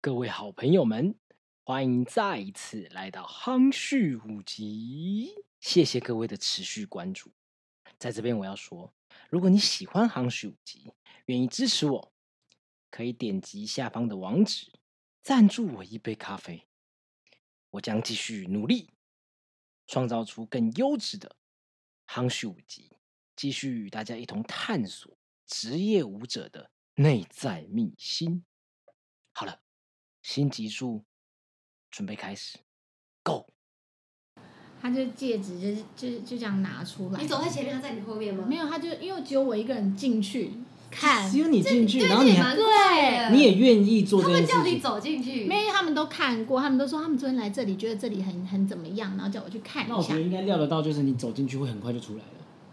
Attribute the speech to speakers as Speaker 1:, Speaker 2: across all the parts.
Speaker 1: 各位好朋友们，欢迎再一次来到夯序五集，谢谢各位的持续关注。在这边我要说，如果你喜欢夯序五集，愿意支持我，可以点击下方的网址赞助我一杯咖啡。我将继续努力，创造出更优质的夯序舞集，继续与大家一同探索职业舞者的内在秘辛。好了，新集数准备开始，Go！
Speaker 2: 他就戒指就是就就这样拿出来。
Speaker 3: 你走在前面，他在你后面吗？
Speaker 2: 没有，他就因为只有我一个人进去看，
Speaker 1: 只有你进去，
Speaker 3: 对
Speaker 1: 然后你
Speaker 3: 这也
Speaker 1: 还
Speaker 3: 蛮怪的
Speaker 1: 你也愿意做
Speaker 3: 他
Speaker 1: 这
Speaker 3: 们
Speaker 1: 件事
Speaker 3: 叫你
Speaker 1: 情，
Speaker 3: 走进去，
Speaker 2: 没有因为他们都看过，他们都说他们昨天来这里，觉得这里很很怎么样，然后叫我去看
Speaker 1: 那我
Speaker 2: 一
Speaker 1: 觉
Speaker 2: 下
Speaker 1: 得。应该料得到，就是你走进去会很快就出来了，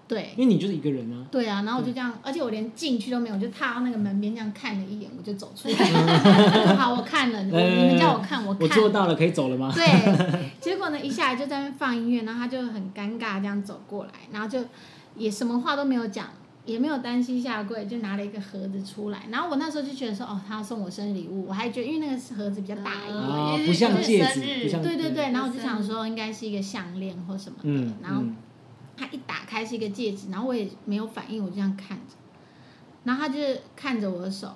Speaker 2: 对
Speaker 1: 因为你就是一个人啊。
Speaker 2: 对啊，然后我就这样，而且我连进去都没有，我就踏到那个门边这样看了一眼，我就走出来。我说好，我看了，我
Speaker 1: 来
Speaker 2: 你
Speaker 1: 来来
Speaker 2: 们叫我看，我
Speaker 1: 我
Speaker 2: 看
Speaker 1: 做到了，可以走了 吗？
Speaker 2: 对，结果呢，一下来就在那边放音乐，然后他就很尴尬这样走过来，然后就也什么话都没有讲，也没有单膝下跪，就拿了一个盒子出来。然后我那时候就觉得说，哦，他要送我生日礼物，我还觉得因为那个盒子比较大一点，
Speaker 1: 啊，
Speaker 3: 因为
Speaker 1: 不像
Speaker 3: 是
Speaker 1: 戒
Speaker 3: 生
Speaker 1: 指，
Speaker 3: 日
Speaker 1: 不像
Speaker 2: 对对对，然后我就
Speaker 3: 生日
Speaker 2: 想说应该是一个项链或什么的，
Speaker 1: 嗯，
Speaker 2: 然后
Speaker 1: 嗯
Speaker 2: 他一打开是一个戒指，然后我也没有反应，我就这样看着，然后他就看着我的手，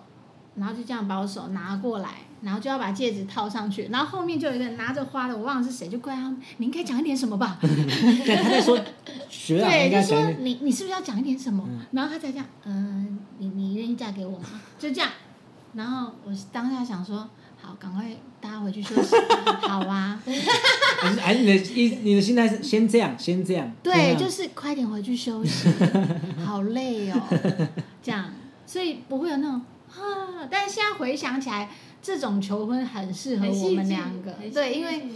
Speaker 2: 然后就这样把我手拿过来，然后就要把戒指套上去，然后后面就有一个人拿着花的，我忘了是谁，就过来他们，你应该讲一点什么吧？
Speaker 1: 对，他在说学长应
Speaker 2: 对，
Speaker 1: 该
Speaker 2: 就
Speaker 1: 讲
Speaker 2: 说
Speaker 1: 一点，
Speaker 2: 你你是不是要讲一点什么？
Speaker 1: 嗯
Speaker 2: 然后他才这样，嗯、你你愿意嫁给我吗？就这样，然后我当下想说，好，赶快大家回去休息，好啊，
Speaker 1: 还是还是你的意你的心态是先这样，先这样，先这
Speaker 2: 对，
Speaker 1: 样
Speaker 2: 就是快点回去休 息，好累哦，这样，所以不会有那种啊。但是现在回想起来，这种求婚很适合
Speaker 3: 很
Speaker 2: 我
Speaker 3: 戏
Speaker 2: 们
Speaker 3: 剧
Speaker 2: 两个
Speaker 3: 很，戏
Speaker 2: 对，因
Speaker 3: 剧
Speaker 2: 为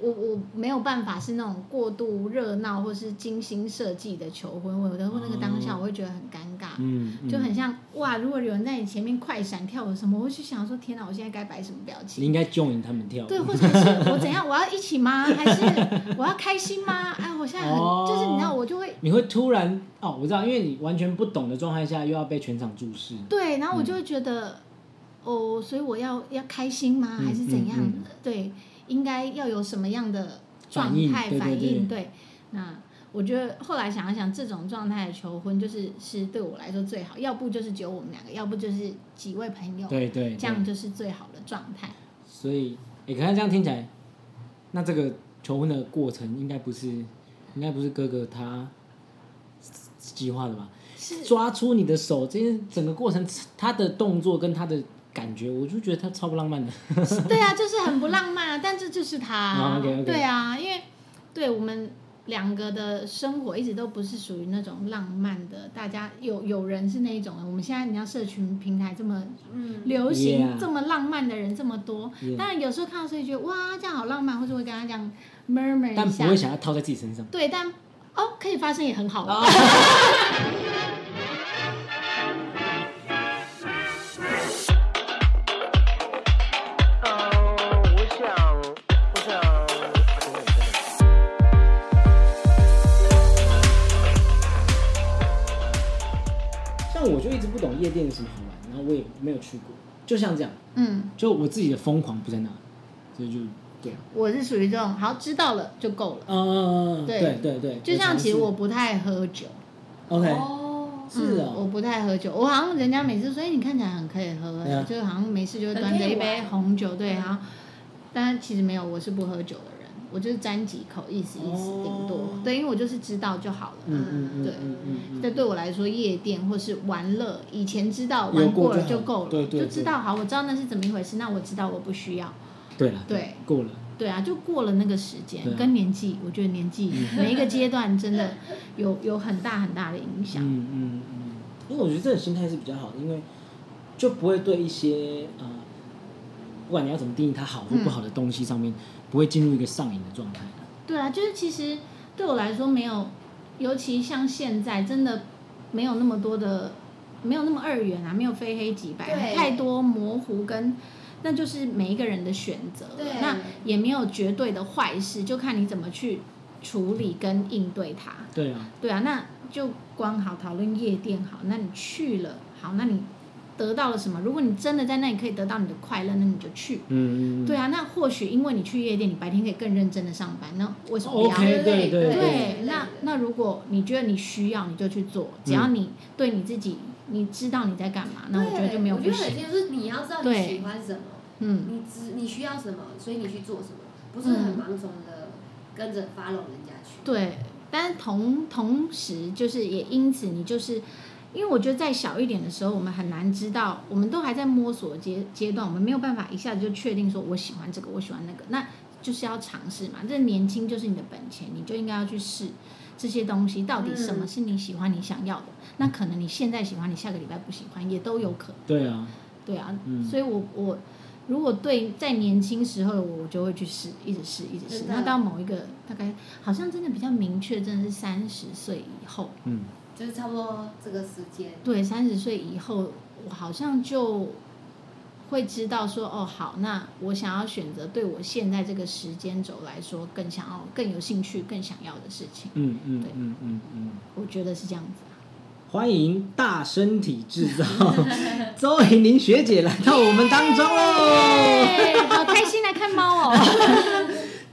Speaker 2: 我我没有办法是那种过度热闹或是精心设计的求婚，我有的那个当下
Speaker 1: 哦
Speaker 2: 我会觉得很尴尬。
Speaker 1: 嗯，嗯
Speaker 2: 就很像哇！如果有人在你前面快闪跳舞什么，我会去想说：天哪，我现在该摆什么表情
Speaker 1: 你？应该 join 他们跳舞，
Speaker 2: 对，或者是我怎样，我要一起吗？还是我要开心吗？哎，我现在很、
Speaker 1: 哦
Speaker 2: 就是你知道，我就会
Speaker 1: 你会突然哦，我知道，因为你完全不懂的状态下，又要被全场注视，
Speaker 2: 对，然后我
Speaker 1: 嗯
Speaker 2: 就会觉得，哦，所以我要要开心吗？还是怎样
Speaker 1: 嗯嗯
Speaker 2: 的？对，应该要有什么样的状
Speaker 1: 反应
Speaker 2: 态
Speaker 1: 对对
Speaker 2: 反应？
Speaker 1: 对
Speaker 2: 那我觉得后来想一想，这种状态的求婚就是是对我来说最好，要不就是只有我们两个，要不就是几位朋友，
Speaker 1: 对对，
Speaker 2: 这
Speaker 1: 对
Speaker 2: 样就是最好的状态。
Speaker 1: 所以，哎，可能这样听起来，那这个求婚的过程应该不是，应该不是哥哥他计划的吧？
Speaker 2: 是
Speaker 1: 抓出你的手，这件整个过程，他的动作跟他的感觉，我就觉得他超不浪漫的。
Speaker 2: 对啊，就是很不浪漫啊，但这就是他、
Speaker 1: 啊，OK，OK
Speaker 2: 对啊，因为对我们两个的生活一直都不是属于那种浪漫的，大家有有人是那一种，我们现在你要社群平台这么
Speaker 3: 嗯，
Speaker 2: 流行
Speaker 1: Yeah
Speaker 2: 这么浪漫的人这么多
Speaker 1: Yeah
Speaker 2: 当然有时候看到所以觉得哇这样好浪漫，或者会跟他讲 murmur 一下，
Speaker 1: 但不会想要套在自己身上。
Speaker 2: 对，但哦可以发生也很好玩。
Speaker 4: 嗯，我想，我想，等等等等。
Speaker 1: 像我就一直不懂夜店有什么好玩，然后我也没有去过。就像这样，
Speaker 2: 嗯，
Speaker 1: 就我自己的疯狂不在那里，所以就对，啊
Speaker 2: 我是属于这种好知道了就够了，
Speaker 1: 嗯，
Speaker 2: 对
Speaker 1: 对对对，
Speaker 2: 就像
Speaker 1: 尝试
Speaker 2: 其实我不太喝酒。
Speaker 1: OK，
Speaker 3: 哦，
Speaker 1: 是
Speaker 2: 嗯我
Speaker 1: 哦，
Speaker 2: 不太喝酒，我好像人家每次说，哎，你看起来很可以喝、
Speaker 1: 对
Speaker 2: 哎，
Speaker 1: 啊
Speaker 2: 就是好像没事就会端着一杯红酒，对，然后，但其实没有，我是不喝酒的人，我就是沾几口意思意思，
Speaker 1: 哦
Speaker 2: 顶多，对，因为我就是知道就好了。
Speaker 1: 嗯嗯嗯
Speaker 2: 对
Speaker 1: 嗯嗯
Speaker 2: 这
Speaker 1: 嗯，
Speaker 2: 对我来说，夜店或是玩乐，以前知道
Speaker 1: 有
Speaker 2: 玩
Speaker 1: 过
Speaker 2: 过了
Speaker 1: 就
Speaker 2: 就
Speaker 1: 好
Speaker 2: 够了，
Speaker 1: 对对
Speaker 2: 就知道好，我知道那是怎么一回事，那我知道我不需要，
Speaker 1: 对了，
Speaker 2: 对，
Speaker 1: 够了，
Speaker 2: 对啊，就过了那个时
Speaker 1: 对啊嗯
Speaker 2: 间，跟年纪，我觉得年纪每一个阶段真的有有很大很大的影响。
Speaker 1: 嗯嗯嗯，因为我觉得这种心态是比较好的，因为就不会对一些呃，不管你要怎么定义它好或不好的东西上面，不会进入一个上瘾的状态。
Speaker 2: 对啊，就是其实对我来说没有，尤其像现在真的没有那么多的，没有那么二元啊，没有非黑即白，
Speaker 3: 对
Speaker 2: 太多模糊跟。那就是每一个人的选择了
Speaker 3: 对，
Speaker 2: 那也没有绝对的坏事，就看你怎么去处理跟应对它。
Speaker 1: 对啊，
Speaker 2: 对啊，那就光好讨论夜店好，那你去了好，那你得到了什么。如果你真的在那里可以得到你的快乐，那你就去。
Speaker 5: 嗯，
Speaker 2: 对啊，那或许因为你去夜店，你白天可以更认真的上班，那为什么不要
Speaker 5: OK，对对对
Speaker 2: 对，那那如果你觉得你需要，你就去做，只要你对你自己，你知道你在干嘛，那我觉得就没有
Speaker 3: 我
Speaker 2: 不
Speaker 3: 觉得很
Speaker 2: 行。
Speaker 3: 就是你要知道你
Speaker 2: 对
Speaker 3: 喜欢什么，
Speaker 2: 嗯，
Speaker 3: 你知你需要什么，所以你去做什么，不是很盲从的跟着 follow 人家去。
Speaker 2: 对。但是同同时，就是也因此，你就是因为我觉得在小一点的时候，我们很难知道，我们都还在摸索阶阶段，我们没有办法一下子就确定说我喜欢这个，我喜欢那个，那就是要尝试嘛。这年轻就是你的本钱，你就应该要去试这些东西，到底什么
Speaker 3: 嗯
Speaker 2: 是你喜欢、你想要的。那可能你现在喜欢，你下个礼拜不喜欢，也都有可能。
Speaker 5: 对啊，
Speaker 2: 对啊，
Speaker 5: 嗯
Speaker 2: 所以我我如果对在年轻时候的我，我就会去试，一直试，一直试。
Speaker 3: 真的
Speaker 2: 那到某一个大概好像真的比较明确，真的是三十岁以后，
Speaker 5: 嗯，
Speaker 3: 就是差不多这个时间。
Speaker 2: 对，三十岁以后，我好像就会知道说，哦，好，那我想要选择对我现在这个时间轴来说更想要、更有兴趣、更想要的事情，
Speaker 5: 嗯嗯
Speaker 2: 对
Speaker 5: 嗯嗯嗯，
Speaker 2: 我觉得是这样子、啊。
Speaker 5: 欢迎大身体制 造周以宁学姐来到我们当中喽。
Speaker 2: 对，好开心来看猫哦！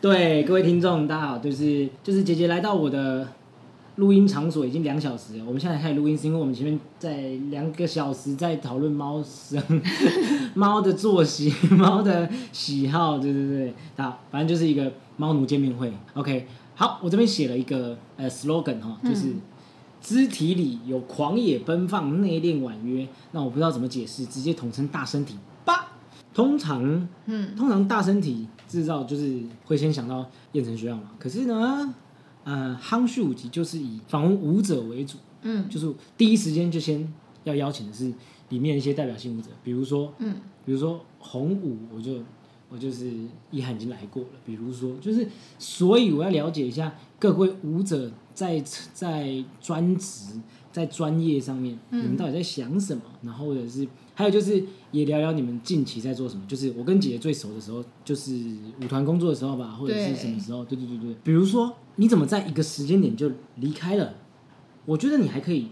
Speaker 5: 对，各位听众，大家好，就是就是姐姐来到我的录音场所已经两小时了，我们现在开始录音是因为我们前面在两个小时在讨论猫生、 猫的作息、猫的喜好，对对对，好，反正就是一个猫奴见面会。OK，好，我这边写了一个呃 slogan 哈，就是。
Speaker 2: 嗯
Speaker 5: 肢体里有狂野奔放、内敛婉约，那我不知道怎么解释，直接统称大身体吧。通常
Speaker 2: 嗯，
Speaker 5: 通常大身体制造就是会先想到燕城学校嘛，可是呢，呃，夯序舞集就是以访问舞者为主，
Speaker 2: 嗯
Speaker 5: 就是第一时间就先要邀请的是里面一些代表性舞者，比如说，
Speaker 2: 嗯
Speaker 5: 比如说红舞，我就我就是一涵已经来过了，比如说就是，所以我要了解一下各位舞者在在专职在专业上面，
Speaker 2: 嗯
Speaker 5: 你们到底在想什么，然后或者是还有就是也聊聊你们近期在做什么，就是我跟姐姐最熟的时候，就是舞团工作的时候吧，或者是
Speaker 2: 对
Speaker 5: 什么时候，对对对对，比如说你怎么在一个时间点就离开了，我觉得你还可以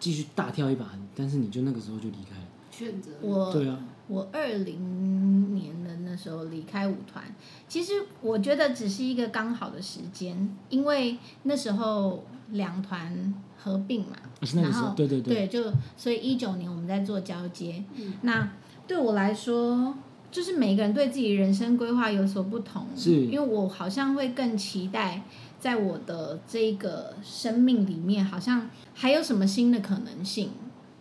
Speaker 5: 继续大跳一把，但是你就那个时候就离开了，
Speaker 3: 选择
Speaker 2: 我
Speaker 5: 对啊。
Speaker 2: 我二零年的那时候离开舞团，其实我觉得只是一个刚好的时间，因为那时候两团合并嘛，
Speaker 5: 啊是那个时
Speaker 2: 然
Speaker 5: 候
Speaker 2: 后
Speaker 5: 对对对
Speaker 2: 就所以一九年我们在做交接，那对我来说。就是每个人对自己人生规划有所不同，
Speaker 5: 是
Speaker 2: 因为我好像会更期待，在我的这个生命里面，好像还有什么新的可能性。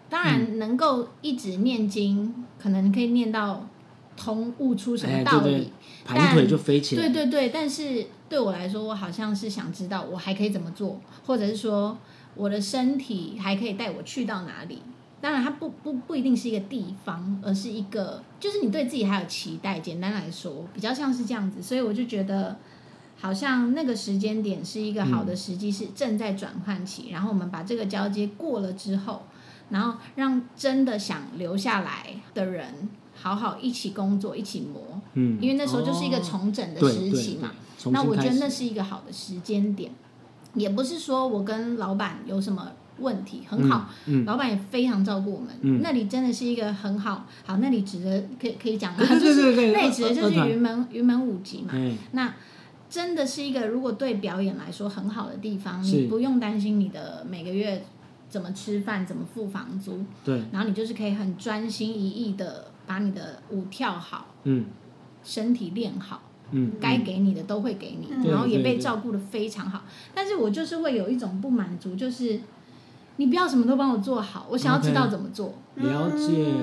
Speaker 2: 当
Speaker 5: 嗯
Speaker 2: 然，能够一直念经，可能可以念到通悟出什么
Speaker 5: 哎
Speaker 2: 道
Speaker 5: 对对
Speaker 2: 理。
Speaker 5: 盘腿就飞起来，
Speaker 2: 对对对，但是对我来说，我好像是想知道我还可以怎么做，或者是说我的身体还可以带我去到哪里。当然，它不不不一定是一个地方，而是一个就是你对自己还有期待。简单来说，比较像是这样子，所以我就觉得好像那个时间点是一个好的时机，是正在转换期。然后我们把这个交接过了之后，然后让真的想留下来的人好好一起工作，一起磨。
Speaker 5: 嗯
Speaker 2: 因为那时候就是一个
Speaker 5: 哦
Speaker 2: 重整的
Speaker 5: 对
Speaker 2: 时期嘛。，
Speaker 5: 对对
Speaker 2: 那
Speaker 5: 重
Speaker 2: 我觉
Speaker 5: 新开
Speaker 2: 得
Speaker 5: 始
Speaker 2: 那是一个好的时间点，也不是说我跟老板有什么问题，很好，，
Speaker 5: 嗯，嗯
Speaker 2: 老板也非常照顾我们。
Speaker 5: 嗯
Speaker 2: 那里真的是一个很好，好，那里指的可以可以讲吗？
Speaker 5: 对对对
Speaker 2: 就是
Speaker 5: 对对，
Speaker 2: 那
Speaker 5: 对
Speaker 2: 里指的就
Speaker 5: 二
Speaker 2: 是
Speaker 5: 团
Speaker 2: 云门云门舞集嘛。
Speaker 5: 哎，
Speaker 2: 那真的是一个，如果对表演来说很好的地方，
Speaker 5: 是
Speaker 2: 你不用担心你的每个月怎么吃饭，怎么付房租，
Speaker 5: 对，
Speaker 2: 然后你就是可以很专心一意的把你的舞跳好，
Speaker 5: 嗯
Speaker 2: 身体练好，
Speaker 5: 嗯，
Speaker 2: 该给你的都会给你，
Speaker 3: 嗯
Speaker 2: 然后也
Speaker 5: 对对
Speaker 2: 被
Speaker 5: 对
Speaker 2: 照顾的非常好。但是我就是会有一种不满足，就是你不要什么都帮我做好，我想要知道
Speaker 5: OK
Speaker 2: 怎么做。
Speaker 5: 了解。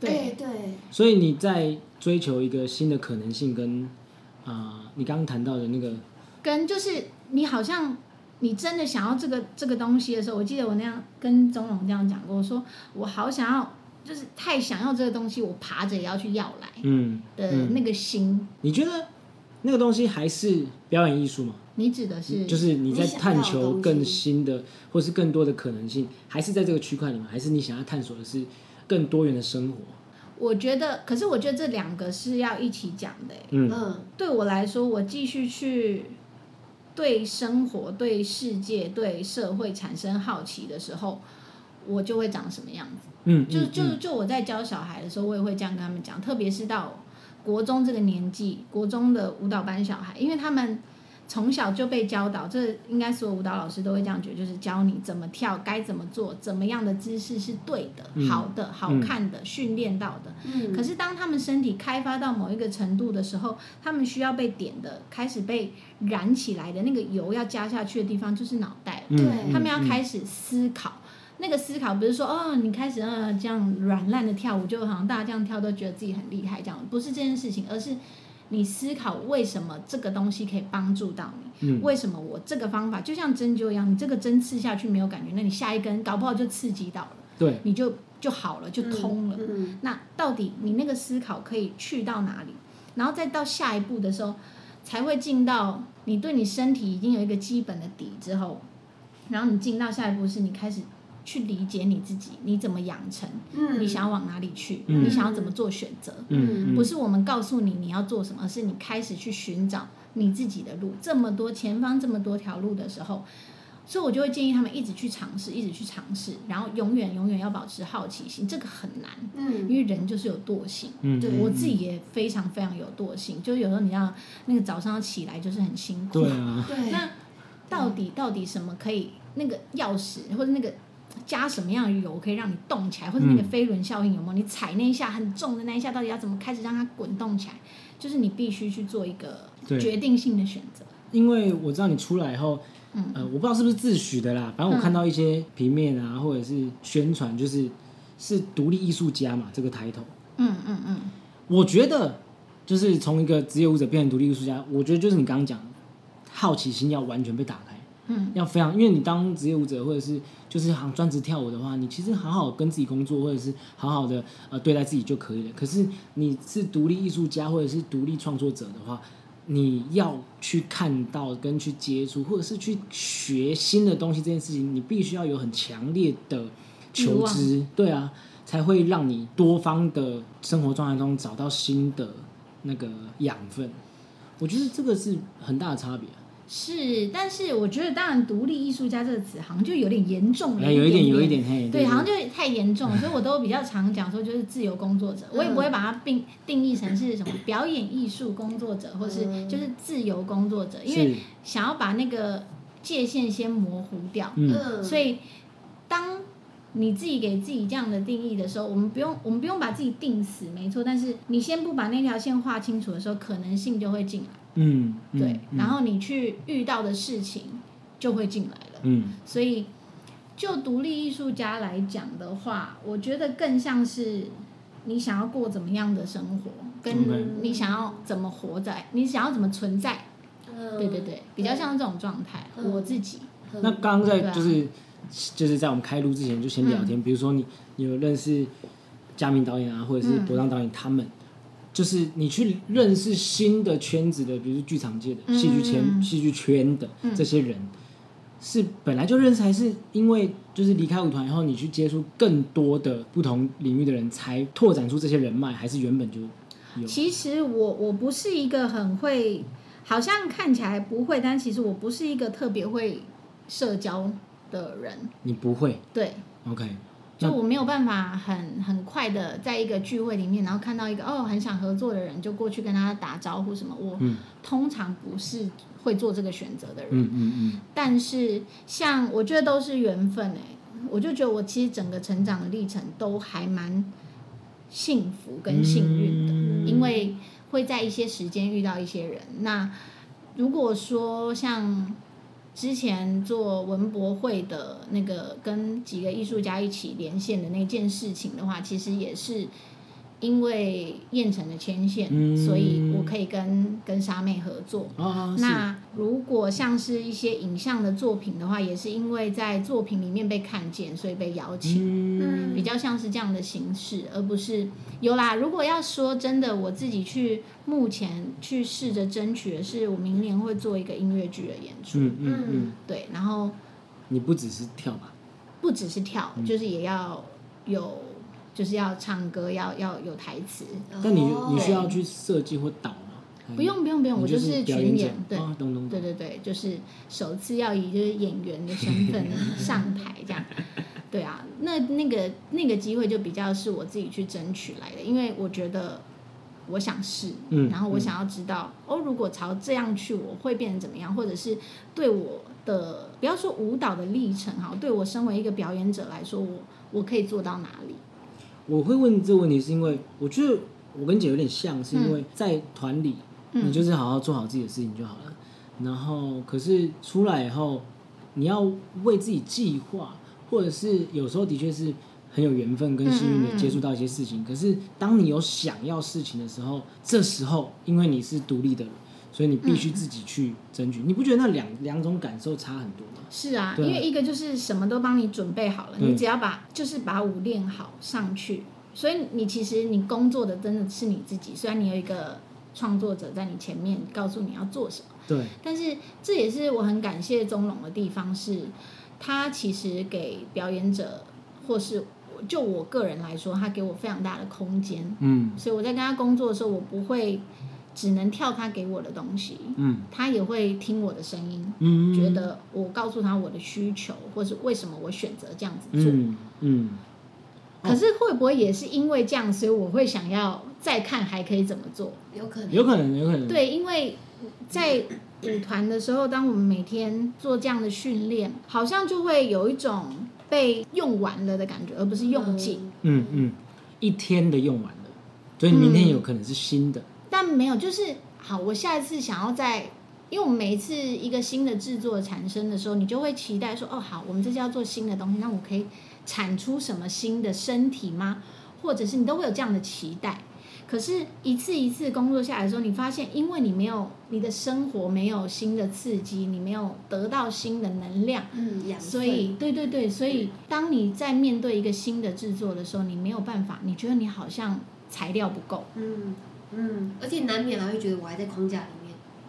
Speaker 2: 对
Speaker 3: 对对，
Speaker 5: 所以你在追求一个新的可能性跟，啊，你刚刚谈到的那个，
Speaker 2: 跟就是你好像你真的想要这个这个东西的时候，我记得我那样跟钟龙这样讲过，我说我好想要，就是太想要这个东西，我爬着也要去要来
Speaker 5: 嗯
Speaker 2: 的那
Speaker 5: 嗯，
Speaker 2: 个心。
Speaker 5: 你觉得那个东西还是表演艺术吗？
Speaker 2: 你指的是
Speaker 5: 就是你
Speaker 3: 嗯
Speaker 5: 在
Speaker 3: 你想要的
Speaker 5: 探求更
Speaker 3: 东西
Speaker 5: 新的，或是更多的可能性，还是在这个区块里吗？还是你想要探索的是更多元的生活？
Speaker 2: 我觉得，可是我觉得这两个是要一起讲的、欸。
Speaker 5: 嗯
Speaker 3: 嗯，
Speaker 2: 对我来说，我继续去对生活、对世界、对社会产生好奇的时候，我就会长什么样子。
Speaker 5: 嗯，
Speaker 2: 就
Speaker 5: 嗯
Speaker 2: 就
Speaker 5: 嗯
Speaker 2: 就我在教小孩的时候，我也会这样跟他们讲，特别是到国中这个年纪，国中的舞蹈班小孩，因为他们从小就被教导，这应该所有舞蹈老师都会这样觉得，就是教你怎么跳，该怎么做，怎么样的姿势是对的、
Speaker 5: 嗯
Speaker 2: 好的、好看的、训练到的。
Speaker 3: 嗯，
Speaker 2: 可是当他们身体开发到某一个程度的时候，他们需要被点的，开始被燃起来的那个油要加下去的地方就是脑袋了。
Speaker 5: 嗯
Speaker 3: 对
Speaker 2: 他们要
Speaker 5: 嗯
Speaker 2: 开始思考。那个思考不是说哦，你开始呃这样软烂的跳舞，就好像大家这样跳都觉得自己很厉害这样，不是这件事情，而是你思考为什么这个东西可以帮助到你，
Speaker 5: 嗯
Speaker 2: 为什么我这个方法就像针灸一样，你这个针刺下去没有感觉，那你下一根搞不好就刺激到了，
Speaker 5: 对，
Speaker 2: 你就就好了，就通了。
Speaker 3: 嗯，
Speaker 2: 那到底你那个思考可以去到哪里，然后再到下一步的时候，才会进到你对你身体已经有一个基本的底之后，然后你进到下一步是你开始去理解你自己，你怎么养成，
Speaker 3: 嗯，
Speaker 2: 你想要往哪里去，
Speaker 5: 嗯
Speaker 2: 你想要怎么做选择，
Speaker 5: 嗯，嗯
Speaker 2: 不是我们告诉你你要做什么，而是你开始去寻找你自己的路。这么多前方这么多条路的时候，所以我就会建议他们一直去尝试，一直去尝试，然后永远永远要保持好奇心，这个很难。
Speaker 3: 嗯，
Speaker 2: 因为人就是有惰性，
Speaker 5: 嗯
Speaker 3: 对
Speaker 5: 嗯
Speaker 2: 我自己也非常非常有惰性，就有时候你要那个早上要起来就是很辛苦。
Speaker 5: 对
Speaker 1: 嗯
Speaker 5: 啊，
Speaker 3: 对，
Speaker 2: 那到底到底什么可以那个钥匙或者那个加什么样的油可以让你动起来，或者那个
Speaker 5: 嗯
Speaker 2: 飞轮效应有没有？你踩那一下很重的那一下，到底要怎么开始让它滚动起来？就是你必须去做一个
Speaker 5: 对
Speaker 2: 决定性的选择。
Speaker 5: 因为我知道你出来以后，
Speaker 2: 嗯
Speaker 5: 呃，我不知道是不是自诩的啦，反正我
Speaker 3: 嗯
Speaker 5: 看到一些平面啊，或者是宣传，就是是独立艺术家嘛，这个抬头，
Speaker 2: 嗯嗯嗯，
Speaker 5: 我觉得就是从一个职业舞者变成独立艺术家，我觉得就是你刚刚讲的，好奇心要完全被打开，
Speaker 2: 嗯，
Speaker 5: 要非常，因为你当职业舞者或者是就是好像专职跳舞的话，你其实好好跟自己工作，或者是好好的呃对待自己就可以了。可是你是独立艺术家或者是独立创作者的话，你要去看到跟去接触，或者是去学新的东西这件事情，你必须要有很强烈的求知，对啊，才会让你多方的生活状态中找到新的那个养分。我觉得这个是很大的差别啊、
Speaker 2: 是，但是我觉得当然“独立艺术家”这个词好像就有点严重了，
Speaker 5: 哎，有一点，有
Speaker 2: 点
Speaker 5: 一点，嘿，
Speaker 2: 对，好像就太严 重，所以我都比较常讲说就是自由工作者，我也不会把它定定义成是什么表演艺术工作者，或是
Speaker 3: 嗯
Speaker 2: 就是自由工作者，因为
Speaker 5: 是
Speaker 2: 想要把那个界限先模糊掉，
Speaker 5: 嗯
Speaker 3: 嗯，
Speaker 2: 所以当你自己给自己这样的定义的时候，我们不用我们不用把自己定死，没错，但是你先不把那条线画清楚的时候，可能性就会进来，
Speaker 5: 嗯，嗯
Speaker 2: 对，
Speaker 5: 嗯
Speaker 2: 然后你去遇到的事情就会进来了。
Speaker 5: 嗯
Speaker 2: 所以，就独立艺术家来讲的话，我觉得更像是你想要过怎么样的生活，
Speaker 5: OK
Speaker 2: 跟你想要怎么活在，你想要怎么存在，
Speaker 3: 嗯，
Speaker 2: 对对对，比较像这种状态。
Speaker 3: 嗯
Speaker 2: 我自己，
Speaker 3: 嗯，
Speaker 5: 那刚刚在
Speaker 2: 对啊嗯
Speaker 5: 就是、就是在我们开录之前就先聊天，比如说你你有认识佳明导演啊，或者是
Speaker 2: 嗯
Speaker 5: 博当导演他们，就是你去认识新的圈子的，比如剧场界的、戏剧圈、
Speaker 2: 嗯
Speaker 5: 戏剧圈的
Speaker 2: 嗯
Speaker 5: 这些人，是本来就认识，还是因为就是离开舞团以后，你去接触更多的不同领域的人，才拓展出这些人脉，还是原本就有？
Speaker 2: 其实我我不是一个很会，好像看起来不会，但其实我不是一个特别会社交的人，
Speaker 5: 你不会
Speaker 2: 对。
Speaker 5: ，OK？
Speaker 2: 就
Speaker 5: 那
Speaker 2: 我没有办法很很快的在一个聚会里面，然后看到一个哦很想合作的人，就过去跟他打招呼什么。我
Speaker 5: 嗯
Speaker 2: 通常不是会做这个选择的人，
Speaker 5: 嗯嗯嗯，
Speaker 2: 但是像我觉得都是缘分哎、我就觉得我其实整个成长的历程都还蛮幸福跟幸运的，
Speaker 5: 嗯
Speaker 2: 因为会在一些时间遇到一些人。那如果说像之前做文博会的那个跟几个艺术家一起连线的那件事情的话，其实也是因为燕城的牵线，
Speaker 5: 嗯
Speaker 2: 所以我可以跟跟沙妹合作。
Speaker 5: 啊，是
Speaker 2: 那如果像是一些影像的作品的话，也是因为在作品里面被看见，所以被邀请，
Speaker 5: 嗯
Speaker 2: 比较像是这样的形式，而不是有啦。如果要说真的，我自己去目前去试着争取的是，我明年会做一个音乐剧的演出，
Speaker 5: 嗯嗯嗯，
Speaker 2: 对，然后
Speaker 5: 你不只是跳吧？
Speaker 2: 不只是跳，
Speaker 5: 嗯
Speaker 2: 就是也要有，就是要唱歌，要要有台词，
Speaker 5: 但你
Speaker 3: 哦
Speaker 5: 你需要去设计或导吗？还是
Speaker 2: 不用不用不用，
Speaker 5: 嗯你
Speaker 2: 我
Speaker 5: 就是表
Speaker 2: 群
Speaker 5: 者
Speaker 2: 演，对。
Speaker 5: 啊懂懂
Speaker 2: 对
Speaker 5: 懂。
Speaker 2: 对对，就是首次要以就是演员的身份上台这样。对啊，那那个那个机会就比较是我自己去争取来的，因为我觉得我想试，
Speaker 1: 嗯
Speaker 2: 然后我
Speaker 1: 嗯
Speaker 2: 想要知道、哦，如果朝这样去，我会变成怎么样，或者是对我的不要说舞蹈的历程哈，对我身为一个表演者来说，我我可以做到哪里？
Speaker 5: 我会问这个问题，是因为我觉得我跟姐有点像，是因为在团里，
Speaker 2: 嗯
Speaker 5: 你就是好好做好自己的事情就好了。然后，可是出来以后，你要为自己计划，或者是有时候的确是很有缘分跟幸运
Speaker 2: 嗯嗯嗯
Speaker 5: 的接触到一些事情。可是，当你有想要事情的时候，这时候因为你是独立的人，所以你必须自己去争
Speaker 2: 嗯
Speaker 5: 取。你不觉得那两两种感受差很多吗？
Speaker 2: 是啊，因
Speaker 5: 对
Speaker 2: 为一个就是什么都帮你准备好了，
Speaker 5: 对
Speaker 2: 你只要把就是把舞练好上去，所以你其实你工作的真的是你自己，虽然你有一个创作者在你前面告诉你要做什么，
Speaker 5: 对，
Speaker 2: 但是这也是我很感谢钟龙的地方是，他其实给表演者或是我就我个人来说，他给我非常大的空间，
Speaker 5: 嗯
Speaker 2: 所以我在跟他工作的时候，我不会只能跳他给我的东西，
Speaker 5: 嗯
Speaker 2: 他也会听我的声音，
Speaker 5: 嗯，
Speaker 2: 觉得我告诉他我的需求，或是为什么我选择这样子做。
Speaker 5: 嗯嗯
Speaker 2: 可是会不会也是因为这样，所以我会想要再看还可以怎么做？
Speaker 3: 有可能
Speaker 5: 有可能，有可能，
Speaker 2: 对，因为在舞团的时候，当我们每天做这样的训练，好像就会有一种被用完了的感觉，而不是用尽。
Speaker 3: 嗯
Speaker 5: 嗯，嗯，一天的用完了，所以明天有可能是新的。
Speaker 2: 但没有，就是好，我下一次想要再，因为我们每一次一个新的制作产生的时候，你就会期待说，哦，好，我们这次要做新的东西，那我可以产出什么新的身体吗？或者是你都会有这样的期待。可是，一次一次工作下来的时候，你发现，因为你没有你的生活没有新的刺激，你没有得到新的能量，
Speaker 3: 嗯，养分
Speaker 2: 所以，对对对，所以当你在面对一个新的制作的时候，你没有办法，你觉得你好像材料不够，
Speaker 3: 嗯嗯，而且难免还会觉得我还在框架里面。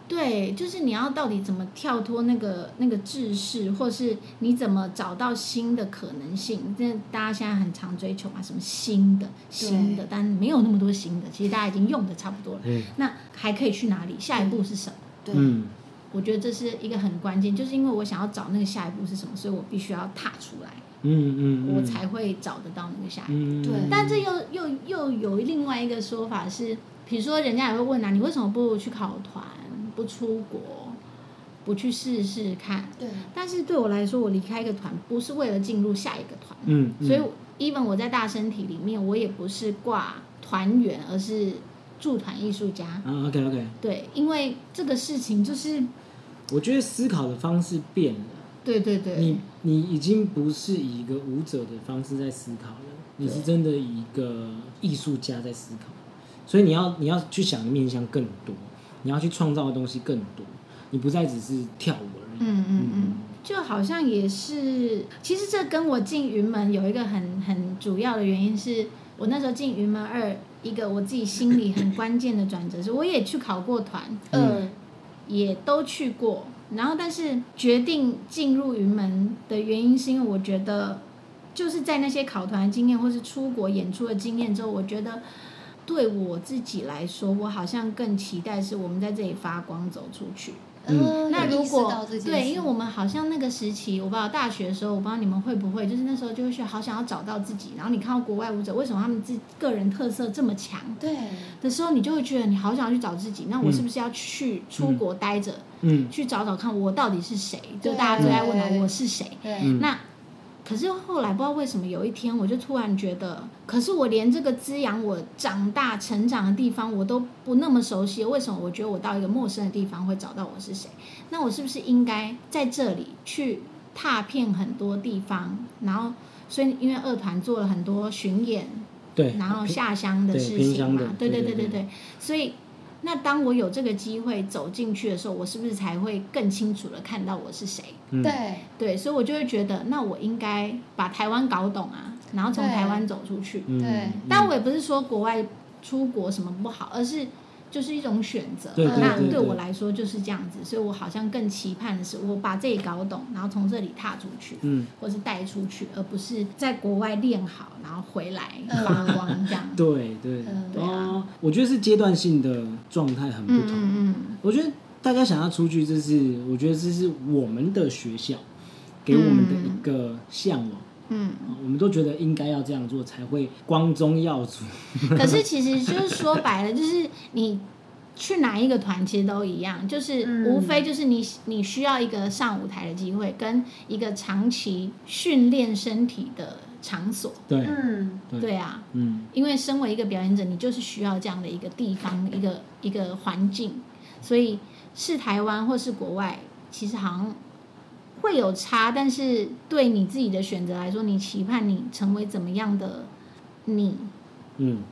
Speaker 2: 对，就是你要到底怎么跳脱那个那个制式，或是你怎么找到新的可能性？这大家现在很常追求嘛，什么新的、新的，但没有那么多新的，其实大家已经用的差不多了。
Speaker 5: 嗯
Speaker 2: 那还可以去哪里？下一步是什么？
Speaker 3: 对，
Speaker 5: 嗯
Speaker 2: 我觉得这是一个很关键，就是因为我想要找那个下一步是什么，所以我必须要踏出来，
Speaker 5: 嗯嗯，
Speaker 2: 我才会找得到那个下一步。
Speaker 5: 嗯
Speaker 3: 对
Speaker 2: 但这又又又有另外一个说法是，比如说人家也会问啊，你为什么不去考团，不出国，不去试试看？
Speaker 3: 对，
Speaker 2: 但是对我来说，我离开一个团不是为了进入下一个团，
Speaker 5: 嗯，
Speaker 2: 所以 even 我在大身体里面，我也不是挂团员，而是驻团艺术家。
Speaker 5: 啊 OK OK，
Speaker 2: 对，因为这个事情就是，
Speaker 5: 我觉得思考的方式变了，
Speaker 2: 对对对
Speaker 5: 你，你已经不是以一个舞者的方式在思考了，你是真的以一个艺术家在思考，所以你要你要去想的面向更多，你要去创造的东西更多，你不再只是跳舞而已。
Speaker 2: 嗯嗯嗯
Speaker 5: 嗯。
Speaker 2: 就好像也是，呃其实这跟我进云门有一个很很主要的原因是，我那时候进云门二，一个我自己心里很关键的转折是，我也去考过团，
Speaker 3: 嗯，
Speaker 2: 也都去过，然后但是决定进入云门的原因是因为我觉得，就是在那些考团的经验或是出国演出的经验之后，我觉得。对我自己来说，我好像更期待是我们在这里发光走出去。
Speaker 5: 嗯
Speaker 3: 呃
Speaker 2: 那
Speaker 3: 有
Speaker 2: 如
Speaker 3: 意识
Speaker 2: 果
Speaker 3: 到这件事
Speaker 2: 对，因为我们好像那个时期，我不知道大学的时候，我不知道你们会不会，就是那时候就会去好想要找到自己。然后你看到国外舞者为什么他们自个人特色这么强
Speaker 3: 对，
Speaker 2: 的时候，你就会觉得你好想要去找自己。那我
Speaker 5: 嗯
Speaker 2: 是不是要去出国待着，
Speaker 5: 嗯
Speaker 2: 去找找看我到底是谁？就
Speaker 3: 对
Speaker 2: 大家最爱问
Speaker 3: 对
Speaker 2: 的我是谁。
Speaker 3: 对，
Speaker 5: 嗯，
Speaker 2: 那可是后来不知道为什么，有一天我就突然觉得，可是我连这个滋养我长大成长的地方我都不那么熟悉，为什么我觉得我到一个陌生的地方会找到我是谁？那我是不是应该在这里去踏遍很多地方？然后，所以因为二团做了很多巡演，
Speaker 5: 对，
Speaker 2: 然后下乡的
Speaker 5: 对
Speaker 2: 事
Speaker 5: 偏
Speaker 2: 情
Speaker 5: 乡
Speaker 2: 嘛
Speaker 5: 的，
Speaker 2: 对
Speaker 5: 对
Speaker 2: 对
Speaker 5: 对
Speaker 2: 对
Speaker 5: 对
Speaker 2: 对，所以。那当我有这个机会走进去的时候，我是不是才会更清楚的看到我是谁？
Speaker 5: 嗯
Speaker 3: 对，
Speaker 2: 对，所以我就会觉得，那我应该把台湾搞懂啊，然后从
Speaker 3: 对
Speaker 2: 台湾走出去。
Speaker 5: 嗯
Speaker 3: 对
Speaker 5: 嗯
Speaker 2: 但我也不是说国外出国什么不好，而是就是一种选择。
Speaker 5: 对
Speaker 3: 对
Speaker 2: 那
Speaker 5: 对
Speaker 2: 对
Speaker 5: 对
Speaker 2: 我来说就是这样子，所以我好像更期盼的是，我把这里搞懂，然后从这里踏出去，
Speaker 5: 嗯，
Speaker 2: 或是带出去，而不是在国外练好，然后回来
Speaker 3: 嗯
Speaker 2: 发光这样。
Speaker 5: 对对
Speaker 3: 嗯
Speaker 2: 对啊
Speaker 5: 哦，我觉得是阶段性的状态很不
Speaker 2: 嗯
Speaker 5: 同。
Speaker 2: 嗯嗯，
Speaker 5: 我觉得大家想要出去，这是我觉得这是我们的学校给我们的一个向往，
Speaker 2: 嗯，
Speaker 5: 啊我们都觉得应该要这样做才会光宗耀祖。
Speaker 2: 可是其实就是说白了，就是你去哪一个团其实都一样，就是
Speaker 3: 嗯
Speaker 2: 无非就是你你需要一个上舞台的机会，跟一个长期训练身体的场所。
Speaker 5: 对，
Speaker 3: 嗯，
Speaker 5: 对
Speaker 2: 对啊，
Speaker 5: 嗯，
Speaker 2: 因为身为一个表演者，你就是需要这样的一个地方、一个一个环境，所以是台湾或是国外，其实好像会有差，但是对你自己的选择来说，你期盼你成为怎么样的你
Speaker 5: 嗯，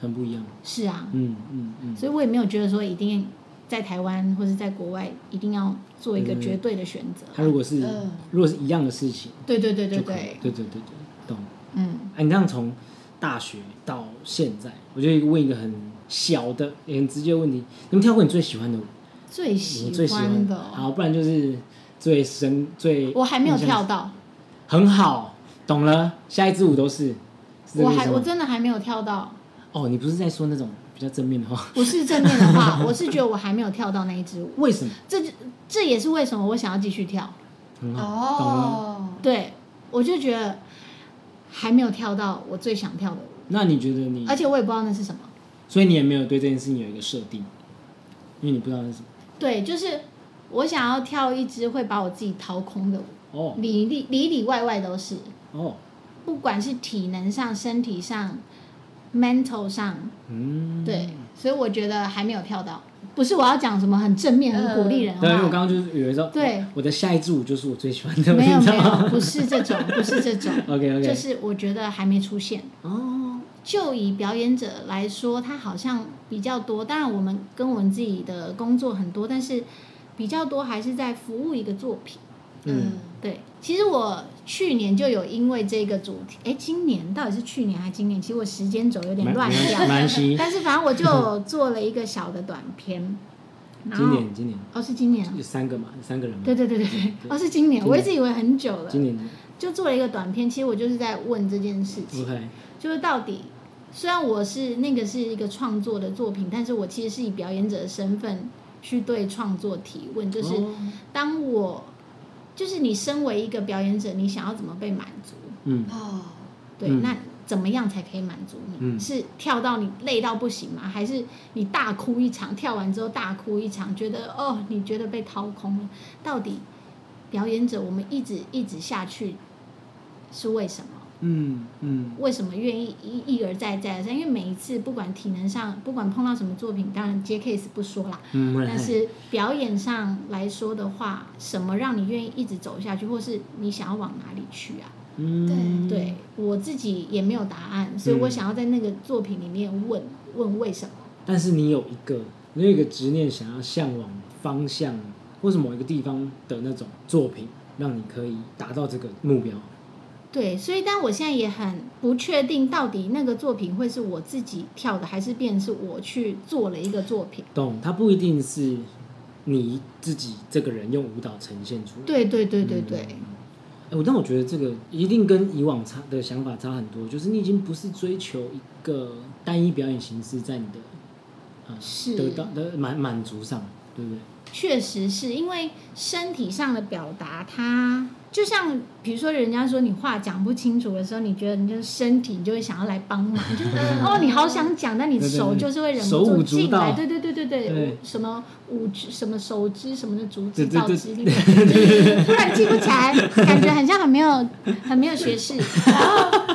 Speaker 5: 很不一样。
Speaker 2: 是啊，
Speaker 5: 嗯嗯嗯，
Speaker 2: 所以我也没有觉得说一定在台湾或是在国外一定要做一个绝对的选择啊。
Speaker 5: 他如果是、
Speaker 3: 嗯
Speaker 5: 如果是一样的事情，
Speaker 2: 对对对对
Speaker 5: 就可以
Speaker 2: 对。，
Speaker 5: 对对对对，懂。
Speaker 2: 嗯，
Speaker 5: 哎，你这样从大学到现在，我就问一个很小的、也很直接的问题：你们跳过你最喜欢的舞？
Speaker 2: 最
Speaker 5: 你
Speaker 2: 喜
Speaker 5: 最喜
Speaker 2: 欢
Speaker 5: 欢
Speaker 2: 的哦，
Speaker 5: 好，不然就是最深最
Speaker 2: 我还没有
Speaker 5: 印象
Speaker 2: 跳到，
Speaker 5: 很好，懂了。下一支舞都是，是这
Speaker 2: 我
Speaker 5: 个意
Speaker 2: 还
Speaker 5: 思
Speaker 2: 我
Speaker 5: 吗？
Speaker 2: 真的还没有跳到。
Speaker 5: 哦，你不是在说那种比较正面的话？
Speaker 2: 不是正面的话，我是觉得我还没有跳到那一支舞，
Speaker 5: 为什么？
Speaker 2: 这就这也是为什么我想要继续跳。
Speaker 5: 很好，嗯懂了。
Speaker 3: 哦，
Speaker 2: 对，我就觉得还没有跳到我最想跳的舞，
Speaker 5: 那你觉得你
Speaker 2: 而，且我也不知道那是什么。
Speaker 5: 所以你也没有对这件事情有一个设定，因为你不知道那是什么。
Speaker 2: 对，就是我想要跳一支会把我自己掏空的舞，
Speaker 5: 哦
Speaker 2: 里里里里外外都是，
Speaker 5: 哦，
Speaker 2: 不管是体能上、身体上、mental 上，
Speaker 5: 嗯，
Speaker 2: 对，所以我觉得还没有跳到。不是我要讲什么很正面、很鼓励人
Speaker 5: 对，因为
Speaker 2: 话
Speaker 5: 我刚刚就是以为说，
Speaker 2: 对
Speaker 5: 我的下一支舞就是我最喜欢的，
Speaker 2: 没有
Speaker 5: 你知
Speaker 2: 没
Speaker 5: 道吗
Speaker 2: 有，不是这 种，不是这种。
Speaker 5: OK，OK
Speaker 2: 就是我觉得还没出现。
Speaker 5: 哦，
Speaker 2: 就以表演者来说，他好像比较多。当然，我们跟我们自己的工作很多，但是比较多还是在服务一个作品。
Speaker 5: 嗯，
Speaker 2: 对，其实我去年就有因为这个主题，哎，今年到底是去年还是今年？其实我时间轴有点
Speaker 5: 蛮
Speaker 2: 乱
Speaker 5: 蛮
Speaker 2: 掉。
Speaker 5: 蛮关系。
Speaker 2: 但是反正我就做了一个小的短片， 然
Speaker 5: 今
Speaker 2: 后
Speaker 5: 年今年
Speaker 2: 哦是今年啊
Speaker 5: 有，三个嘛，三个人嘛，
Speaker 2: 对对对对对，哦是今年，我一直以为很久了，
Speaker 5: 今年
Speaker 2: 就做了一个短片。其实我就是在问这件事情。
Speaker 5: OK，
Speaker 2: 就是到底，虽然我是那个是一个创作的作品，但是我其实是以表演者的身份去对创作提问，就是
Speaker 5: 哦
Speaker 2: 当我，就是你身为一个表演者，你想要怎么被满足？
Speaker 5: 嗯
Speaker 3: 哦，
Speaker 2: 对，
Speaker 5: 嗯
Speaker 2: 那怎么样才可以满足你？
Speaker 5: 嗯
Speaker 2: 是跳到你累到不行吗？还是你大哭一场，跳完之后大哭一场，觉得哦，你觉得被掏空了？到底表演者，我们一直一直下去是为什么？
Speaker 5: 嗯嗯
Speaker 2: 为什么愿意一一而再再而三？因为每一次不管体能上，不管碰到什么作品，当然接 case 不说啦，
Speaker 5: 嗯，不然
Speaker 2: 但是表演上来说的话，什么让你愿意一直走下去，或是你想要往哪里去啊？
Speaker 5: 嗯
Speaker 2: 对我自己也没有答案，所以我
Speaker 5: 嗯
Speaker 2: 想要在那个作品里面问问为什么。
Speaker 5: 但是你有一个，你有一个执念，想要向往方向，或是某一个地方的那种作品，让你可以达到这个目标。
Speaker 2: 对，所以但我现在也很不确定，到底那个作品会是我自己跳的，还是变成是我去做了一个作品。
Speaker 5: 懂？它不一定是你自己这个人用舞蹈呈现出来。
Speaker 2: 对对对对对，
Speaker 5: 哎、我但我觉得这个一定跟以往差的想法差很多，就是你已经不是追求一个单一表演形式在你的呃
Speaker 2: 是
Speaker 5: 得到的满满足上，对不对？
Speaker 2: 确实是因为身体上的表达，它就像比如说人家说你话讲不清楚的时候，你觉得你就是身体，你就会想要来帮忙，就是哦，你好想讲，但你
Speaker 5: 嗯对对
Speaker 2: 手
Speaker 5: 对
Speaker 2: 就是会忍
Speaker 5: 手
Speaker 2: 不住
Speaker 5: 舞足
Speaker 2: 进来，
Speaker 5: 蹈
Speaker 2: 对对对对对，
Speaker 5: 对
Speaker 2: 什么五指什么手指什么的足指
Speaker 5: 对对
Speaker 2: 到
Speaker 5: 对
Speaker 2: 指那个，就是突然记不起来，感觉很像很没有很没有学识，然后。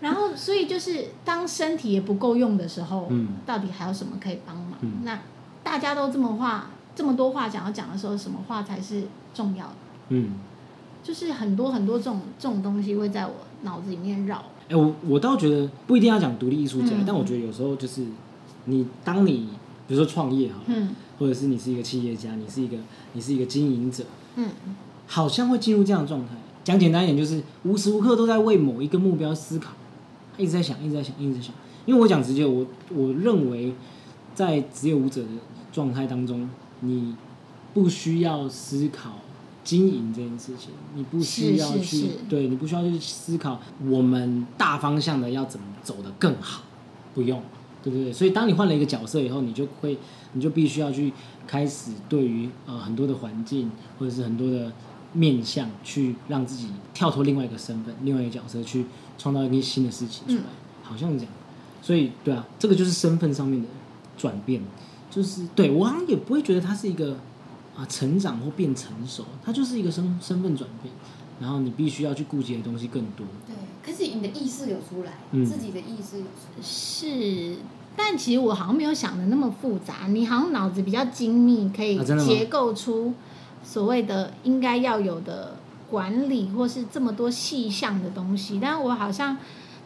Speaker 2: 然后，所以就是当身体也不够用的时候，
Speaker 5: 嗯
Speaker 2: 到底还有什么可以帮忙？
Speaker 5: 嗯
Speaker 2: 那大家都这么话，这么多话想要讲的时候，什么话才是重要的？
Speaker 5: 嗯。
Speaker 2: 就是很多很多这种这种东西会在我脑子里面绕。
Speaker 5: 哎、我我倒觉得不一定要讲独立艺术家，
Speaker 2: 嗯
Speaker 5: 但我觉得有时候就是你当你比如说创业哈，
Speaker 2: 嗯
Speaker 5: 或者是你是一个企业家，你是一个你是一个经营者，
Speaker 2: 嗯，
Speaker 5: 好像会进入这样的状态。讲简单一点，就是无时无刻都在为某一个目标思考，一直在想，一直在想，一直在想。因为我讲直接，我我认为在职业舞者的状态当中，你不需要思考经营这件事情，你不需要
Speaker 2: 是
Speaker 5: 去
Speaker 2: 是是
Speaker 5: 对你不需要去思考我们大方向的要怎么走得更好，不用，对对对。所以当你换了一个角色以后，你就会你就必须要去开始对于呃很多的环境或者是很多的面向去让自己跳脱另外一个身份、另外一个角色，去创造一个新的事情出来，好像是这样。所以，对啊，这个就是身份上面的转变，就是对我好像也不会觉得它是一个啊成长或变成熟，它就是一个身身份转变，然后你必须要去顾及的东西更多。
Speaker 3: 对，可是你的意识有出来，
Speaker 5: 嗯
Speaker 3: 自己的意识有出来，
Speaker 2: 是，但其实我好像没有想的那么复杂，你好像脑子比较精密，可以
Speaker 5: 啊真的吗
Speaker 2: 结构出所谓的应该要有的管理或是这么多细项的东西，但我好像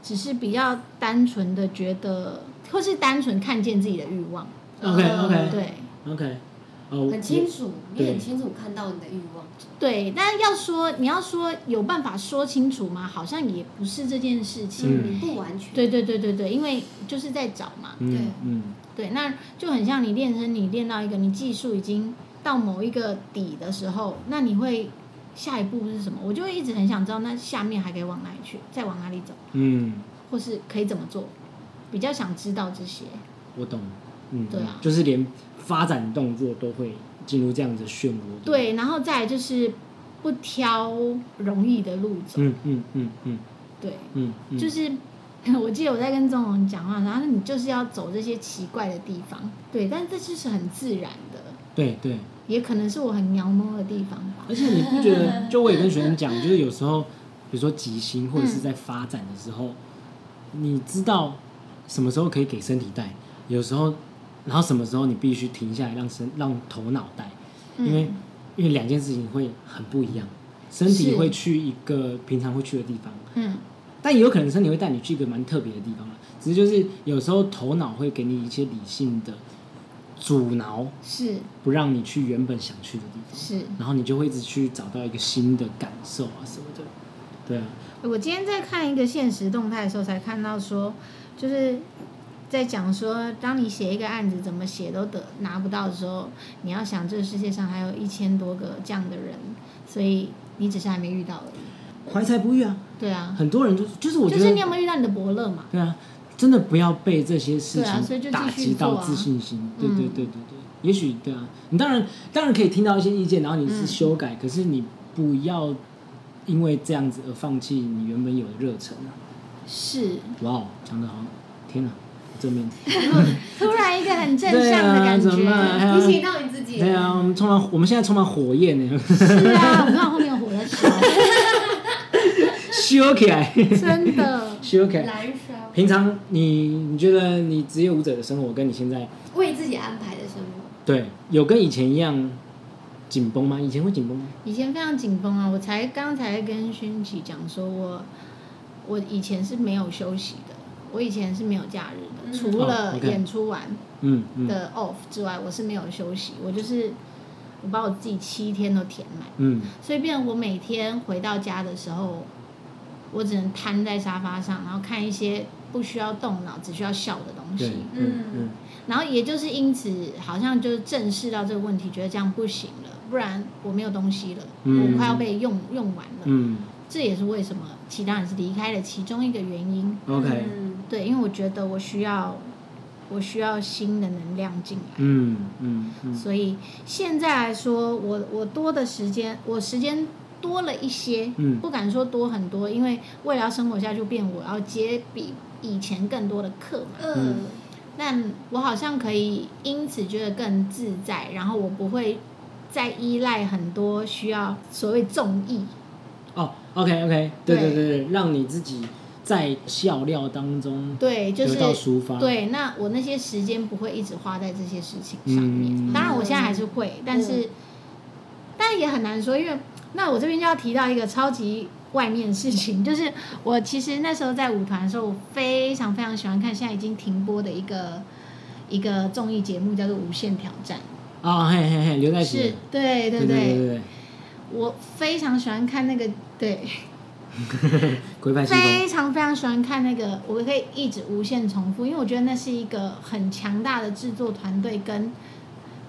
Speaker 2: 只是比较单纯的觉得，或是单纯看见自己的欲望，
Speaker 5: OK
Speaker 3: 嗯
Speaker 5: OK
Speaker 2: 对。
Speaker 5: OK，哦，我
Speaker 3: 很清楚，
Speaker 5: 对嗯
Speaker 3: 你很清楚看到你的欲望，
Speaker 2: 对，但要说你要说有办法说清楚吗？好像也不是这件事情。
Speaker 5: 嗯
Speaker 3: 不完全，
Speaker 2: 对对对对对，因为就是在找嘛。
Speaker 5: 嗯
Speaker 3: 对
Speaker 5: 嗯，
Speaker 2: 对，那就很像你练身，你练到一个你技术已经到某一个底的时候，那你会下一步是什么？我就会一直很想知道，那下面还可以往哪里去，再往哪里走，
Speaker 5: 嗯，
Speaker 2: 或是可以怎么做，比较想知道这些。
Speaker 5: 我懂，嗯，
Speaker 2: 对啊
Speaker 5: 就是连发展动作都会进入这样子的漩涡。
Speaker 2: 对，然后再来就是不挑容易的路走。
Speaker 5: 嗯，嗯嗯嗯
Speaker 2: 对，
Speaker 5: 嗯嗯，
Speaker 2: 就是 我记得我在跟钟红讲话，然后你就是要走这些奇怪的地方，对，但这就是很自然的，
Speaker 5: 对对，
Speaker 2: 也可能是我很描摹的地方吧。
Speaker 5: 而且你不觉得？就我也跟学生讲，就是有时候，比如说即兴或者是在发展的时候，你知道什么时候可以给身体带，有时候，然后什么时候你必须停下来让身让头脑带，因为、
Speaker 2: 嗯
Speaker 5: 因为两件事情会很不一样，身体
Speaker 2: 是
Speaker 5: 会去一个平常会去的地方，
Speaker 2: 嗯，
Speaker 5: 但也有可能身体会带你去一个蛮特别的地方啦只是就是有时候头脑会给你一些理性的阻挠，
Speaker 2: 是
Speaker 5: 不让你去原本想去的地方，
Speaker 2: 是。
Speaker 5: 然后你就会一直去找到一个新的感受啊什么的。对啊，
Speaker 2: 我今天在看一个现实动态的时候，才看到说，就是在讲说，当你写一个案子，怎么写都得拿不到的时候，你要想这个世界上还有一千多个这样的人，所以你只是还没遇到而已。
Speaker 5: 怀才不遇啊，
Speaker 2: 对啊，
Speaker 5: 很多人就是就是我觉
Speaker 2: 就
Speaker 5: 得
Speaker 2: 是你有没有遇到你的伯乐嘛？
Speaker 5: 对啊，真的不要被这些事
Speaker 2: 对啊所以就继
Speaker 5: 情打
Speaker 2: 续
Speaker 5: 击到
Speaker 2: 做啊
Speaker 5: 自信心。对对
Speaker 2: 嗯
Speaker 5: 对对对，也许对啊，你当然当然可以听到一些意见，然后你是
Speaker 2: 嗯
Speaker 5: 修改，可是你不要因为这样子而放弃你原本有的热忱啊。
Speaker 2: 是，
Speaker 5: 哇哦，讲的好，天哪，正面。
Speaker 2: 突然一个很正向的感
Speaker 5: 对啊怎么办
Speaker 2: 觉。
Speaker 5: 哎呀
Speaker 3: 提醒到你自己，
Speaker 5: 对啊，我们充满，我们现在充满火焰呢，
Speaker 2: 是啊，我看后面火在烧，
Speaker 5: 修起来，
Speaker 2: 真的。
Speaker 5: 修起来。
Speaker 3: 燃烧，
Speaker 5: 平常你你觉得你职业舞者的生活跟你现在
Speaker 3: 为自己安排的生活，
Speaker 5: 对有跟以前一样紧绷吗？以前会紧绷吗？
Speaker 2: 以前非常紧绷啊，我才刚才跟勋奇讲说我，我以前是没有休息的，我以前是没有假日
Speaker 3: 嗯
Speaker 2: 的，除
Speaker 5: 哦
Speaker 2: 了
Speaker 5: ，OK
Speaker 2: 演出完
Speaker 5: 嗯嗯
Speaker 2: 的 off 之外，我是没有休息，我就是我把我自己七天都填满，
Speaker 5: 嗯，
Speaker 2: 所以变成我每天回到家的时候，我只能瘫在沙发上，然后看一些不需要动脑，只需要笑的东
Speaker 5: 对
Speaker 2: 西。，
Speaker 5: 嗯嗯
Speaker 3: 嗯，
Speaker 2: 然后也就是因此，好像就是正视到这个问题，觉得这样不行了，不然我没有东西了，
Speaker 5: 嗯
Speaker 2: 我快要被用用完了。
Speaker 5: 嗯
Speaker 2: 这也是为什么其他人是离开的其中一个原因。
Speaker 5: ，OK，
Speaker 3: 嗯
Speaker 2: 对，因为我觉得我需要，我需要新的能量进来。
Speaker 5: 嗯嗯嗯
Speaker 2: 所以现在来说，我我多的时间，我时间多了一些，
Speaker 5: 嗯
Speaker 2: 不敢说多很多，因为为了要生活下去，变我要接比以前更多的课嘛。
Speaker 3: 嗯，
Speaker 2: 但我好像可以因此觉得更自在，然后我不会再依赖很多需要所谓综艺。
Speaker 5: 哦，OK OK，对对
Speaker 2: 对
Speaker 5: 对对，让你自己在笑料当中
Speaker 2: 对，就
Speaker 5: 得
Speaker 2: 是
Speaker 5: 到抒发。，
Speaker 2: 对。那我那些时间不会一直花在这些事情上面。
Speaker 5: 嗯
Speaker 2: 当然，我现在还是会，但是、但也很难说，因为那我这边就要提到一个超级外面的事情，就是我其实那时候在舞团的时候，我非常非常喜欢看现在已经停播的一个一个综艺节目，叫做《无限挑战》。
Speaker 5: 啊嘿嘿嘿，刘在石
Speaker 2: 是，，对对
Speaker 5: 对对对，
Speaker 2: 我非常喜欢看那个，对，
Speaker 5: 龟派气功，
Speaker 2: 非常非常喜欢看那个，我可以一直无限重复，因为我觉得那是一个很强大的制作团队，跟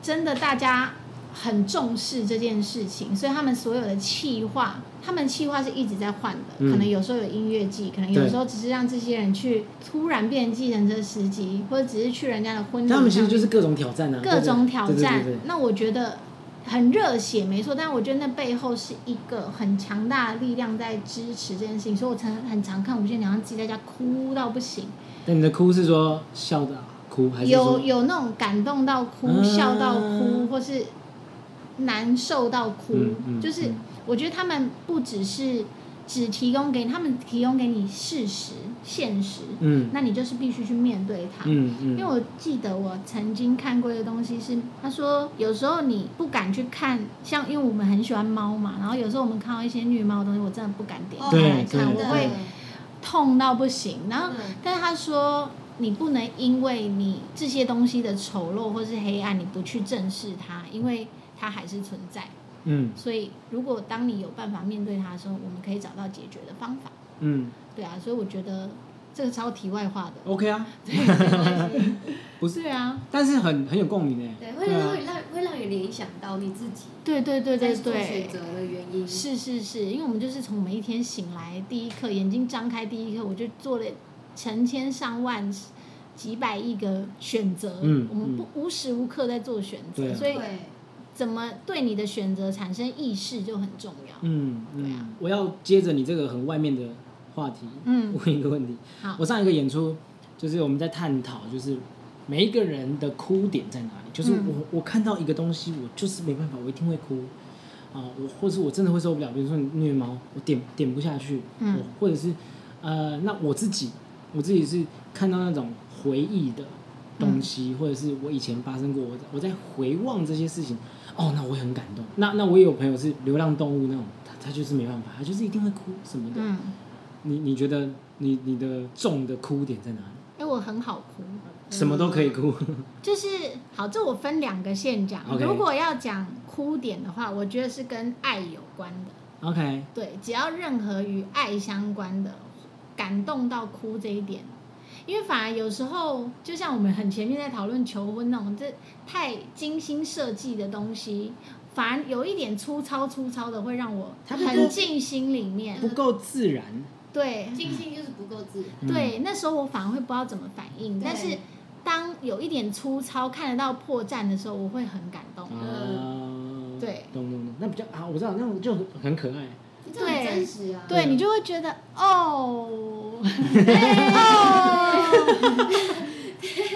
Speaker 2: 真的大家很重视这件事情，所以他们所有的企划，他们企划是一直在换的，
Speaker 5: 嗯
Speaker 2: 可能有时候有音乐季，可能
Speaker 5: 对
Speaker 2: 有时候只是让这些人去突然变成计程车司机，或者只是去人家的婚礼上
Speaker 5: 但
Speaker 2: 面，
Speaker 5: 他们其实就是各种挑战啊，
Speaker 2: 各种
Speaker 5: 对对
Speaker 2: 挑
Speaker 5: 对对
Speaker 2: 战
Speaker 5: 对对。
Speaker 2: 那我觉得很热血，没错，但我觉得那背后是一个很强大的力量在支持这件事情，所以我常很常看吴建良他自己在家哭到不行，
Speaker 5: 但你的哭是说笑的哭，还是
Speaker 2: 有
Speaker 5: 说
Speaker 2: 有那种感动到哭、
Speaker 5: 嗯
Speaker 2: 笑到哭，或是难受到哭，
Speaker 5: 嗯嗯
Speaker 2: 就是
Speaker 5: 嗯
Speaker 2: 我觉得他们不只是只提供给你他们提供给你事实、现实，
Speaker 5: 嗯
Speaker 2: 那你就是必须去面对它。
Speaker 5: 嗯
Speaker 2: 因
Speaker 5: 嗯，
Speaker 2: 为我记得我曾经看过一个东西是，他说有时候你不敢去看，像因为我们很喜欢猫嘛，然后有时候我们看到一些虐猫的东西，我真的不敢点
Speaker 3: 哦
Speaker 2: 开来
Speaker 5: 对
Speaker 2: 看，
Speaker 5: 对
Speaker 2: 我会痛到不行。然后，但是他说你不能因为你这些东西的丑陋或是黑暗，你不去正视它，因为它还是存在。
Speaker 5: 嗯
Speaker 2: 所以，如果当你有办法面对它的时候，我们可以找到解决的方法。
Speaker 5: 嗯
Speaker 2: 对啊，所以我觉得这个超题外话的。
Speaker 5: ，OK 啊，
Speaker 3: 对，没关
Speaker 2: 嗯
Speaker 3: 系
Speaker 5: 不是，
Speaker 2: 对啊，
Speaker 5: 但是很很有共鸣哎，
Speaker 3: 对， 会让会让会让你联想到你自己
Speaker 2: 对对对
Speaker 3: 在
Speaker 2: 对
Speaker 3: 做
Speaker 2: 对
Speaker 3: 选。择的原因。
Speaker 2: 是是是，因为我们就是从每一天醒来第一刻，眼睛张开第一刻，我就做了成千上万、几百亿个选择。
Speaker 5: 嗯
Speaker 2: 我们不
Speaker 5: 嗯
Speaker 2: 无时无刻在做选择，
Speaker 5: 对啊
Speaker 2: 所以
Speaker 3: 对，
Speaker 2: 怎么对你的选择产生意识就很重要。
Speaker 5: 嗯
Speaker 2: 对啊
Speaker 5: 嗯，我要接着你这个很外面的话题，
Speaker 2: 嗯，
Speaker 5: 问一个问题，
Speaker 2: 好
Speaker 5: 我，上一个演出就是我们在探讨，就是每一个人的哭点在哪里。就是我、
Speaker 2: 嗯
Speaker 5: 我看到一个东西，我就是没办法，我一定会哭啊、我或是我真的会受不了，比如说虐猫，我点点不下去，
Speaker 2: 嗯
Speaker 5: 我或者是呃，那我自己我自己是看到那种回忆的东西，
Speaker 2: 嗯
Speaker 5: 或者是我以前发生过，我在我在回望这些事情，哦，那我也很感动。那那我也有朋友是流浪动物那种，他他就是没办法，他就是一定会哭什么的。
Speaker 2: 嗯，
Speaker 5: 你你觉得你你的重的哭点在哪里？
Speaker 2: 因为哎我很好哭，
Speaker 5: 什么都可以哭。
Speaker 2: 就是好，这我分两个线讲。
Speaker 5: OK
Speaker 2: 如果要讲哭点的话，我觉得是跟爱有关的。
Speaker 5: OK，
Speaker 2: 对，只要任何与爱相关的，感动到哭这一点，因为反而有时候，就像我们很前面在讨论求婚那种，这太精心设计的东西，反而有一点粗糙粗糙的，会 让我
Speaker 5: 它不够
Speaker 2: 很进心里面
Speaker 5: 不。够自然。
Speaker 2: 对
Speaker 3: 尽兴就是不够自然。
Speaker 5: 嗯
Speaker 2: 对，那时候我反而会不知道怎么反应，但是
Speaker 3: 对
Speaker 2: 当有一点粗糙看得到破绽的时候，我会很感动。
Speaker 5: 啊，
Speaker 2: 呃对
Speaker 5: 懂懂懂，那比较啊，我知道，那种就很很可爱。
Speaker 3: 这很真实啊。
Speaker 2: 对
Speaker 5: 嗯
Speaker 2: 你就会觉得哦，哦，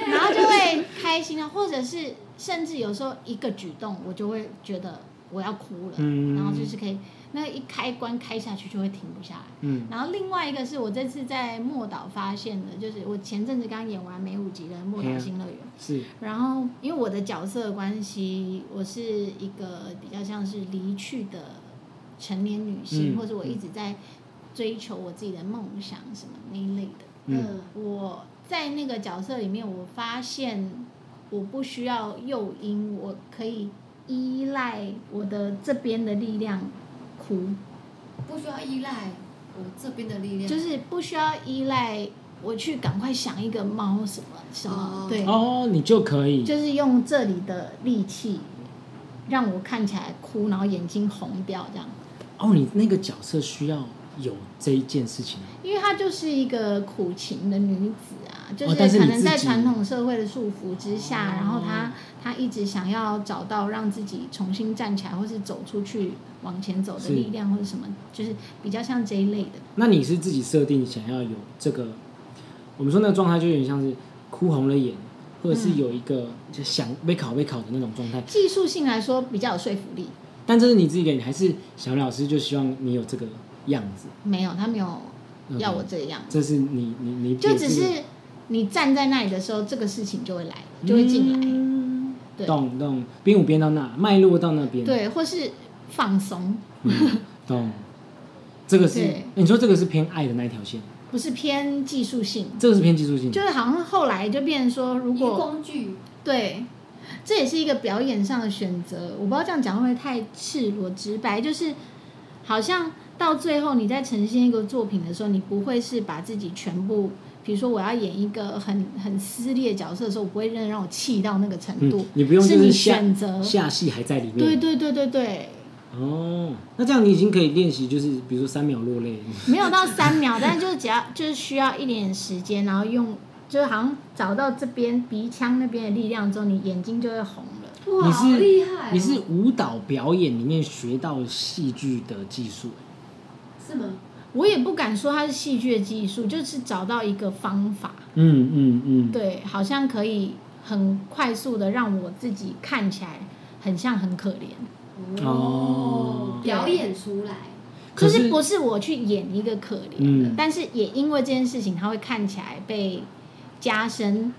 Speaker 2: 然后就会开心啊，或者是甚至有时候一个举动，我就会觉得我要哭了，
Speaker 5: 嗯
Speaker 2: 然后就是可以那一开关开下去就会停不下来。
Speaker 5: 嗯
Speaker 2: 然后另外一个是我这次在默岛发现的，就是我前阵子刚演完美舞集的《默岛新乐园》，
Speaker 5: 是，
Speaker 2: 然后因为我的角色的关系，我是一个比较像是离去的成年女性，
Speaker 5: 嗯
Speaker 2: 或者我一直在追求我自己的梦想什么那一类的。
Speaker 5: 嗯
Speaker 3: 嗯，
Speaker 2: 我在那个角色里面，我发现我不需要诱因，我可以依赖我的这边的力量哭，
Speaker 3: 不需要依赖我这边的力量。
Speaker 2: 就是不需要依赖我去赶快想一个猫什么什么，
Speaker 3: 哦
Speaker 2: 对，
Speaker 5: 哦，你就可以。
Speaker 2: 就是用这里的力气，让我看起来哭，然后眼睛红掉这样。
Speaker 5: 哦，你那个角色需要有这一件事情啊。
Speaker 2: 因为她就是一个苦情的女子啊，就
Speaker 5: 哦但是
Speaker 2: 可
Speaker 5: 你
Speaker 2: 能在
Speaker 5: 自己
Speaker 2: 传统社会的束缚之下，
Speaker 5: 哦
Speaker 2: 然后她她一直想要找到让自己重新站起来，或是走出去往前走的
Speaker 5: 是
Speaker 2: 力量，或者什么，就是比较像这一类的。
Speaker 5: 那你是自己设定想要有这个，我们说那个状态就有点像是哭红了眼，或者是
Speaker 2: 嗯
Speaker 5: 有一个就想被考被考的那种状态。
Speaker 2: 技术性来说比较有说服力，
Speaker 5: 但这是你自己给你，还是小林老师就希望你有这个样子？
Speaker 2: 没有，她没有
Speaker 5: 嗯
Speaker 2: 要我这样，
Speaker 5: 这是你你你
Speaker 2: 就
Speaker 5: 你
Speaker 2: 只
Speaker 5: 这个
Speaker 2: 是你站在那里的时候，这个事情就会来了，就会进来。
Speaker 5: 嗯
Speaker 2: 对
Speaker 5: 懂懂，编舞编到那，脉络到那边，，
Speaker 2: 对，或是放松，
Speaker 5: 懂。这个是
Speaker 2: 对
Speaker 5: 你说这个是偏爱的那一条线，
Speaker 2: 不是偏技术性，
Speaker 5: 这个是偏技术性，
Speaker 2: 就是好像后来就变成说，如
Speaker 3: 一个
Speaker 2: 果
Speaker 3: 工具，
Speaker 2: 对，这也是一个表演上的选择。我不知道这样讲会不会太赤裸直白，就是好像到最后你在呈现一个作品的时候，你不会是把自己全部。比如说，我要演一个很很撕裂角色的时候，我不会真的让我气到那个程度
Speaker 5: 嗯，，你不用就是
Speaker 2: 你
Speaker 5: 下
Speaker 2: 选择，
Speaker 5: 下戏还在里面，
Speaker 2: 对对对对对，
Speaker 5: 哦，那这样你已经可以练习，就是比如说三秒落泪，
Speaker 2: 没有到三秒，但是就是只要就是需要一点点时间，然后用就是好像找到这边鼻腔那边的力量之后，你眼睛就会红了。
Speaker 3: 哇，
Speaker 5: 你
Speaker 3: 好厉
Speaker 5: 是
Speaker 3: 害哦！
Speaker 5: 你是舞蹈表演里面学到戏剧的技术、
Speaker 3: 是吗？
Speaker 2: 我也不敢说它是戏剧的技术，就是找到一个方法，
Speaker 5: 嗯嗯嗯，
Speaker 2: 对，好像可以很快速的让我自己看起来很像很可怜，
Speaker 5: 哦
Speaker 3: 表演出来，
Speaker 5: 可
Speaker 2: 就是是不是我去演一个可怜的，
Speaker 5: 嗯
Speaker 2: 但是也因为这件事情，它会看起来被加深，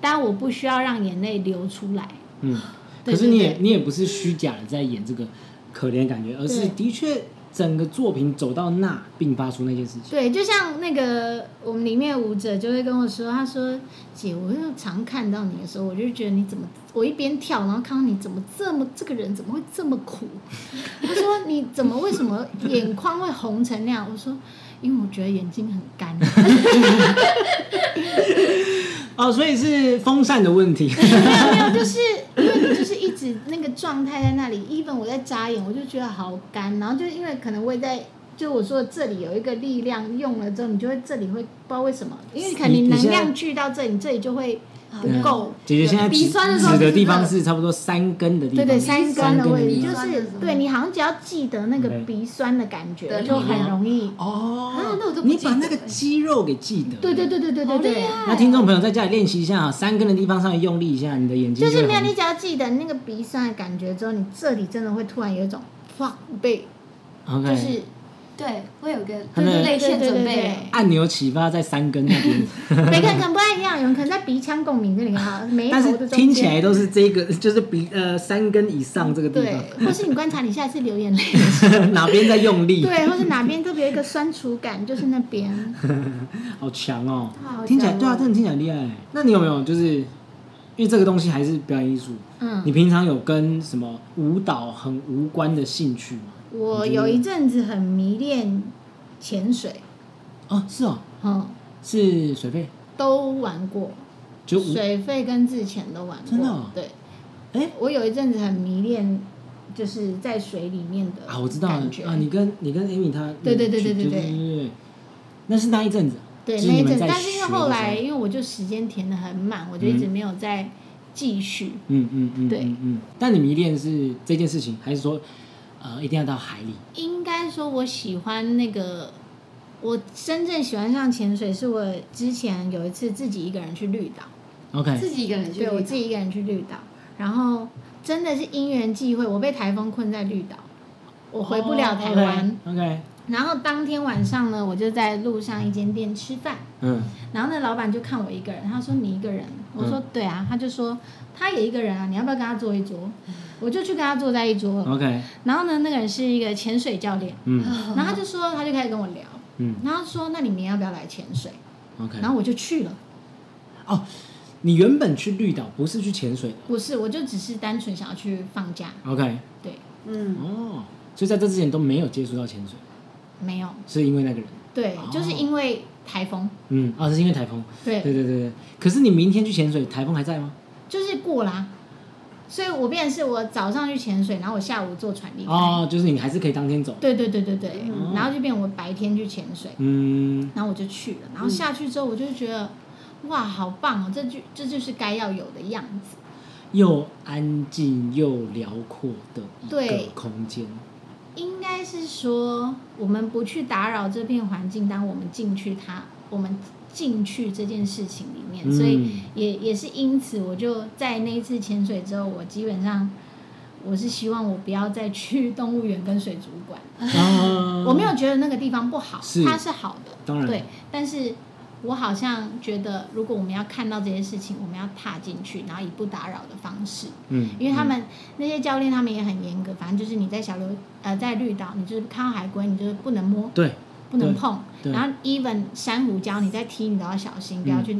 Speaker 2: 但我不需要让眼泪流出来。
Speaker 5: 嗯，
Speaker 2: 对
Speaker 5: 可是你
Speaker 2: 对
Speaker 5: 也
Speaker 2: 对
Speaker 5: 你也不是虚假的在演这个可怜的感觉，而是
Speaker 2: 对
Speaker 5: 的确整个作品走到那，并发出那件事情。
Speaker 2: 对，就像那个我们里面舞者就会跟我说，他说：“姐，我又常看到你的时候，我就觉得你怎么，我一边跳，然后看到你怎么这么这个人怎么会这么苦？” 他说：“你怎么为什么眼眶会红成那样？”我说：“因为我觉得眼睛很干。
Speaker 5: 哦，所以是风扇的问题。
Speaker 2: 没有没有，就是因为你就是一直那个状态在那里，even 我在眨眼，我就觉得好干，然后就是因为可能我也在。”就我说的这里有一个力量用了之后，你就会这里会不知道为什么，因为可能你
Speaker 5: 你你
Speaker 2: 能
Speaker 5: 现在
Speaker 2: 量聚到这里，你这里就会不
Speaker 5: 嗯
Speaker 2: 够。
Speaker 5: 姐姐现在
Speaker 3: 鼻
Speaker 5: 指
Speaker 3: 酸的时候
Speaker 5: 指的
Speaker 3: 就是
Speaker 5: 地方
Speaker 3: 那
Speaker 5: 是差不多三根的地
Speaker 2: 对
Speaker 5: 方，
Speaker 2: 对，三
Speaker 5: 根
Speaker 2: 根的位置，
Speaker 5: 地
Speaker 2: 就
Speaker 5: 方
Speaker 3: 酸
Speaker 2: 是
Speaker 3: 的时候
Speaker 2: 对你好像只要记得那个
Speaker 5: 对
Speaker 2: 鼻酸的感觉，
Speaker 3: 对
Speaker 2: 就很容易。
Speaker 5: 哦
Speaker 3: 啊那我就不
Speaker 5: 你
Speaker 3: 记得
Speaker 5: 把那个
Speaker 3: 欸
Speaker 5: 肌肉给记得。
Speaker 2: 对对。对对对对对，
Speaker 5: 那听众朋友在家里练习一下啊，三根的地方上面用力一下，你的眼睛
Speaker 2: 就是
Speaker 5: 会
Speaker 2: 没有
Speaker 5: 红
Speaker 2: 你只要记得那个鼻酸的感觉之后，你这里真的会突然有一种哇 被
Speaker 5: OK，
Speaker 2: 就是
Speaker 3: 对，会有一个
Speaker 5: 他的
Speaker 3: 泪腺
Speaker 2: 对对
Speaker 3: 准
Speaker 2: 对
Speaker 3: 备
Speaker 2: 对
Speaker 3: 了，
Speaker 5: 按钮启发在三根那边，
Speaker 2: 每个人可能不太一样，有人可能在鼻腔共鸣这里哈，眉
Speaker 5: 但
Speaker 2: 头
Speaker 5: 是
Speaker 2: 的中
Speaker 5: 听起来
Speaker 2: 间。
Speaker 5: 都是这个，就是鼻呃三根以上这个地
Speaker 2: 对，或是你观察你下一次流 眼泪，
Speaker 5: 方，哪边在用力？
Speaker 2: 对，或是哪边特别有一个酸楚感，就是那 边。
Speaker 5: 好强哦、
Speaker 2: 好强哦
Speaker 5: 听起来对啊，真的听起来很厉害。那你有没有就是因为这个东西还是表演艺术？你
Speaker 2: 嗯，
Speaker 5: 平常有跟什么舞蹈很无关的兴趣吗？
Speaker 2: 我
Speaker 5: 你觉
Speaker 2: 有
Speaker 5: 得
Speaker 2: 一阵子很迷恋潜水，
Speaker 5: 哦，是哦，
Speaker 2: 嗯，
Speaker 5: 是水费，
Speaker 2: 都玩过，
Speaker 5: 就无
Speaker 2: 水费跟自潜都玩过。
Speaker 5: 真的哦
Speaker 2: 对，
Speaker 5: 哎
Speaker 2: 我有一阵子很迷恋，就是在水里面的
Speaker 5: 啊，我知道了
Speaker 2: 感觉
Speaker 5: 啊，你跟你跟 Amy 她
Speaker 2: 对对对
Speaker 5: 去
Speaker 2: 对对
Speaker 5: 对
Speaker 2: 对
Speaker 5: 对那是那一阵子啊，
Speaker 2: 对
Speaker 5: 就是
Speaker 2: 那
Speaker 5: 你
Speaker 2: 一
Speaker 5: 们
Speaker 2: 阵，
Speaker 5: 在
Speaker 2: 但是因为
Speaker 5: 学的
Speaker 2: 后
Speaker 5: 时
Speaker 2: 来
Speaker 5: 候
Speaker 2: 因为我就时间填的很满，我就一直
Speaker 5: 嗯
Speaker 2: 没有再继续。
Speaker 5: 嗯嗯嗯，
Speaker 2: 对
Speaker 5: 嗯嗯。但你迷恋是这件事情，还是说呃一定要到海里？
Speaker 2: 应该说，我喜欢那个。我真正喜欢上潜水，是我之前有一次自己一个人去绿岛，
Speaker 5: OK，
Speaker 3: 自己一个人去
Speaker 2: 对
Speaker 3: 旅
Speaker 2: 我
Speaker 3: 行，
Speaker 2: 自己一个人去绿岛，然后真的是因缘际会，我被台风困在绿岛，
Speaker 5: 哦
Speaker 2: 我回不了台湾。
Speaker 5: o k
Speaker 2: 然后当天晚上呢，我就在路上一间店吃饭，
Speaker 5: 嗯，
Speaker 2: 然后那老板就看我一个人，他说你一个人，我说
Speaker 5: 嗯
Speaker 2: 对啊，他就说他也一个人啊，你要不要跟他坐一桌？
Speaker 5: 嗯
Speaker 2: 我就去跟他坐在一桌了。
Speaker 5: OK，
Speaker 2: 然后呢，那个人是一个潜水教练，
Speaker 5: 嗯
Speaker 2: 然后他就说他就开始跟我聊，
Speaker 5: 嗯
Speaker 2: 然后说那你明天要不要来潜水？
Speaker 5: ，OK。
Speaker 2: 然后我就去了，
Speaker 5: 哦，你原本去绿岛不是去潜水的
Speaker 2: 不是，我就只是单纯想要去放假，
Speaker 5: ，OK？
Speaker 2: 对，
Speaker 3: 嗯，
Speaker 5: 哦，所以在这之前都没有接触到潜水，
Speaker 2: 没有，
Speaker 5: 是因为那个人，
Speaker 2: 对，就是
Speaker 5: 哦
Speaker 2: 因为台风，
Speaker 5: 嗯，啊，是因为台风，
Speaker 2: 对，
Speaker 5: 对对对对。可是你明天去潜水，台风还在吗？
Speaker 2: 就是过啦。所以我变成是我早上去潜水，然后我下午坐船离开。
Speaker 5: 哦，就是你还是可以当天走，
Speaker 2: 对对对对对，
Speaker 5: 嗯
Speaker 2: 然后就变我白天去潜水，
Speaker 5: 嗯，
Speaker 2: 然后我就去了，然后下去之后我就觉得，哇，好棒哦！这就这就是该要有的样子。
Speaker 5: 又安静又辽阔的一
Speaker 2: 对
Speaker 5: 个空间，
Speaker 2: 应该是说，我们不去打扰这片环境，当我们进去它，我们进去这件事情里面，
Speaker 5: 嗯
Speaker 2: 所以也也是因此，我就在那一次潜水之后，我基本上我是希望我不要再去动物园跟水族馆。
Speaker 5: 啊，
Speaker 2: 我没有觉得那个地方不好，
Speaker 5: 是
Speaker 2: 它是好的，
Speaker 5: 当然
Speaker 2: 对。但是我好像觉得，如果我们要看到这些事情，我们要踏进去，然后以不打扰的方式，
Speaker 5: 嗯，
Speaker 2: 因为他们、那些教练他们也很严格，反正就是你在小流呃在绿岛，你就是看到海龟，你就是不能摸
Speaker 5: 嗯，对，
Speaker 2: 不能碰，
Speaker 5: 对嗯
Speaker 2: 然后 even 珊瑚礁你在踢你都要小心，不要去、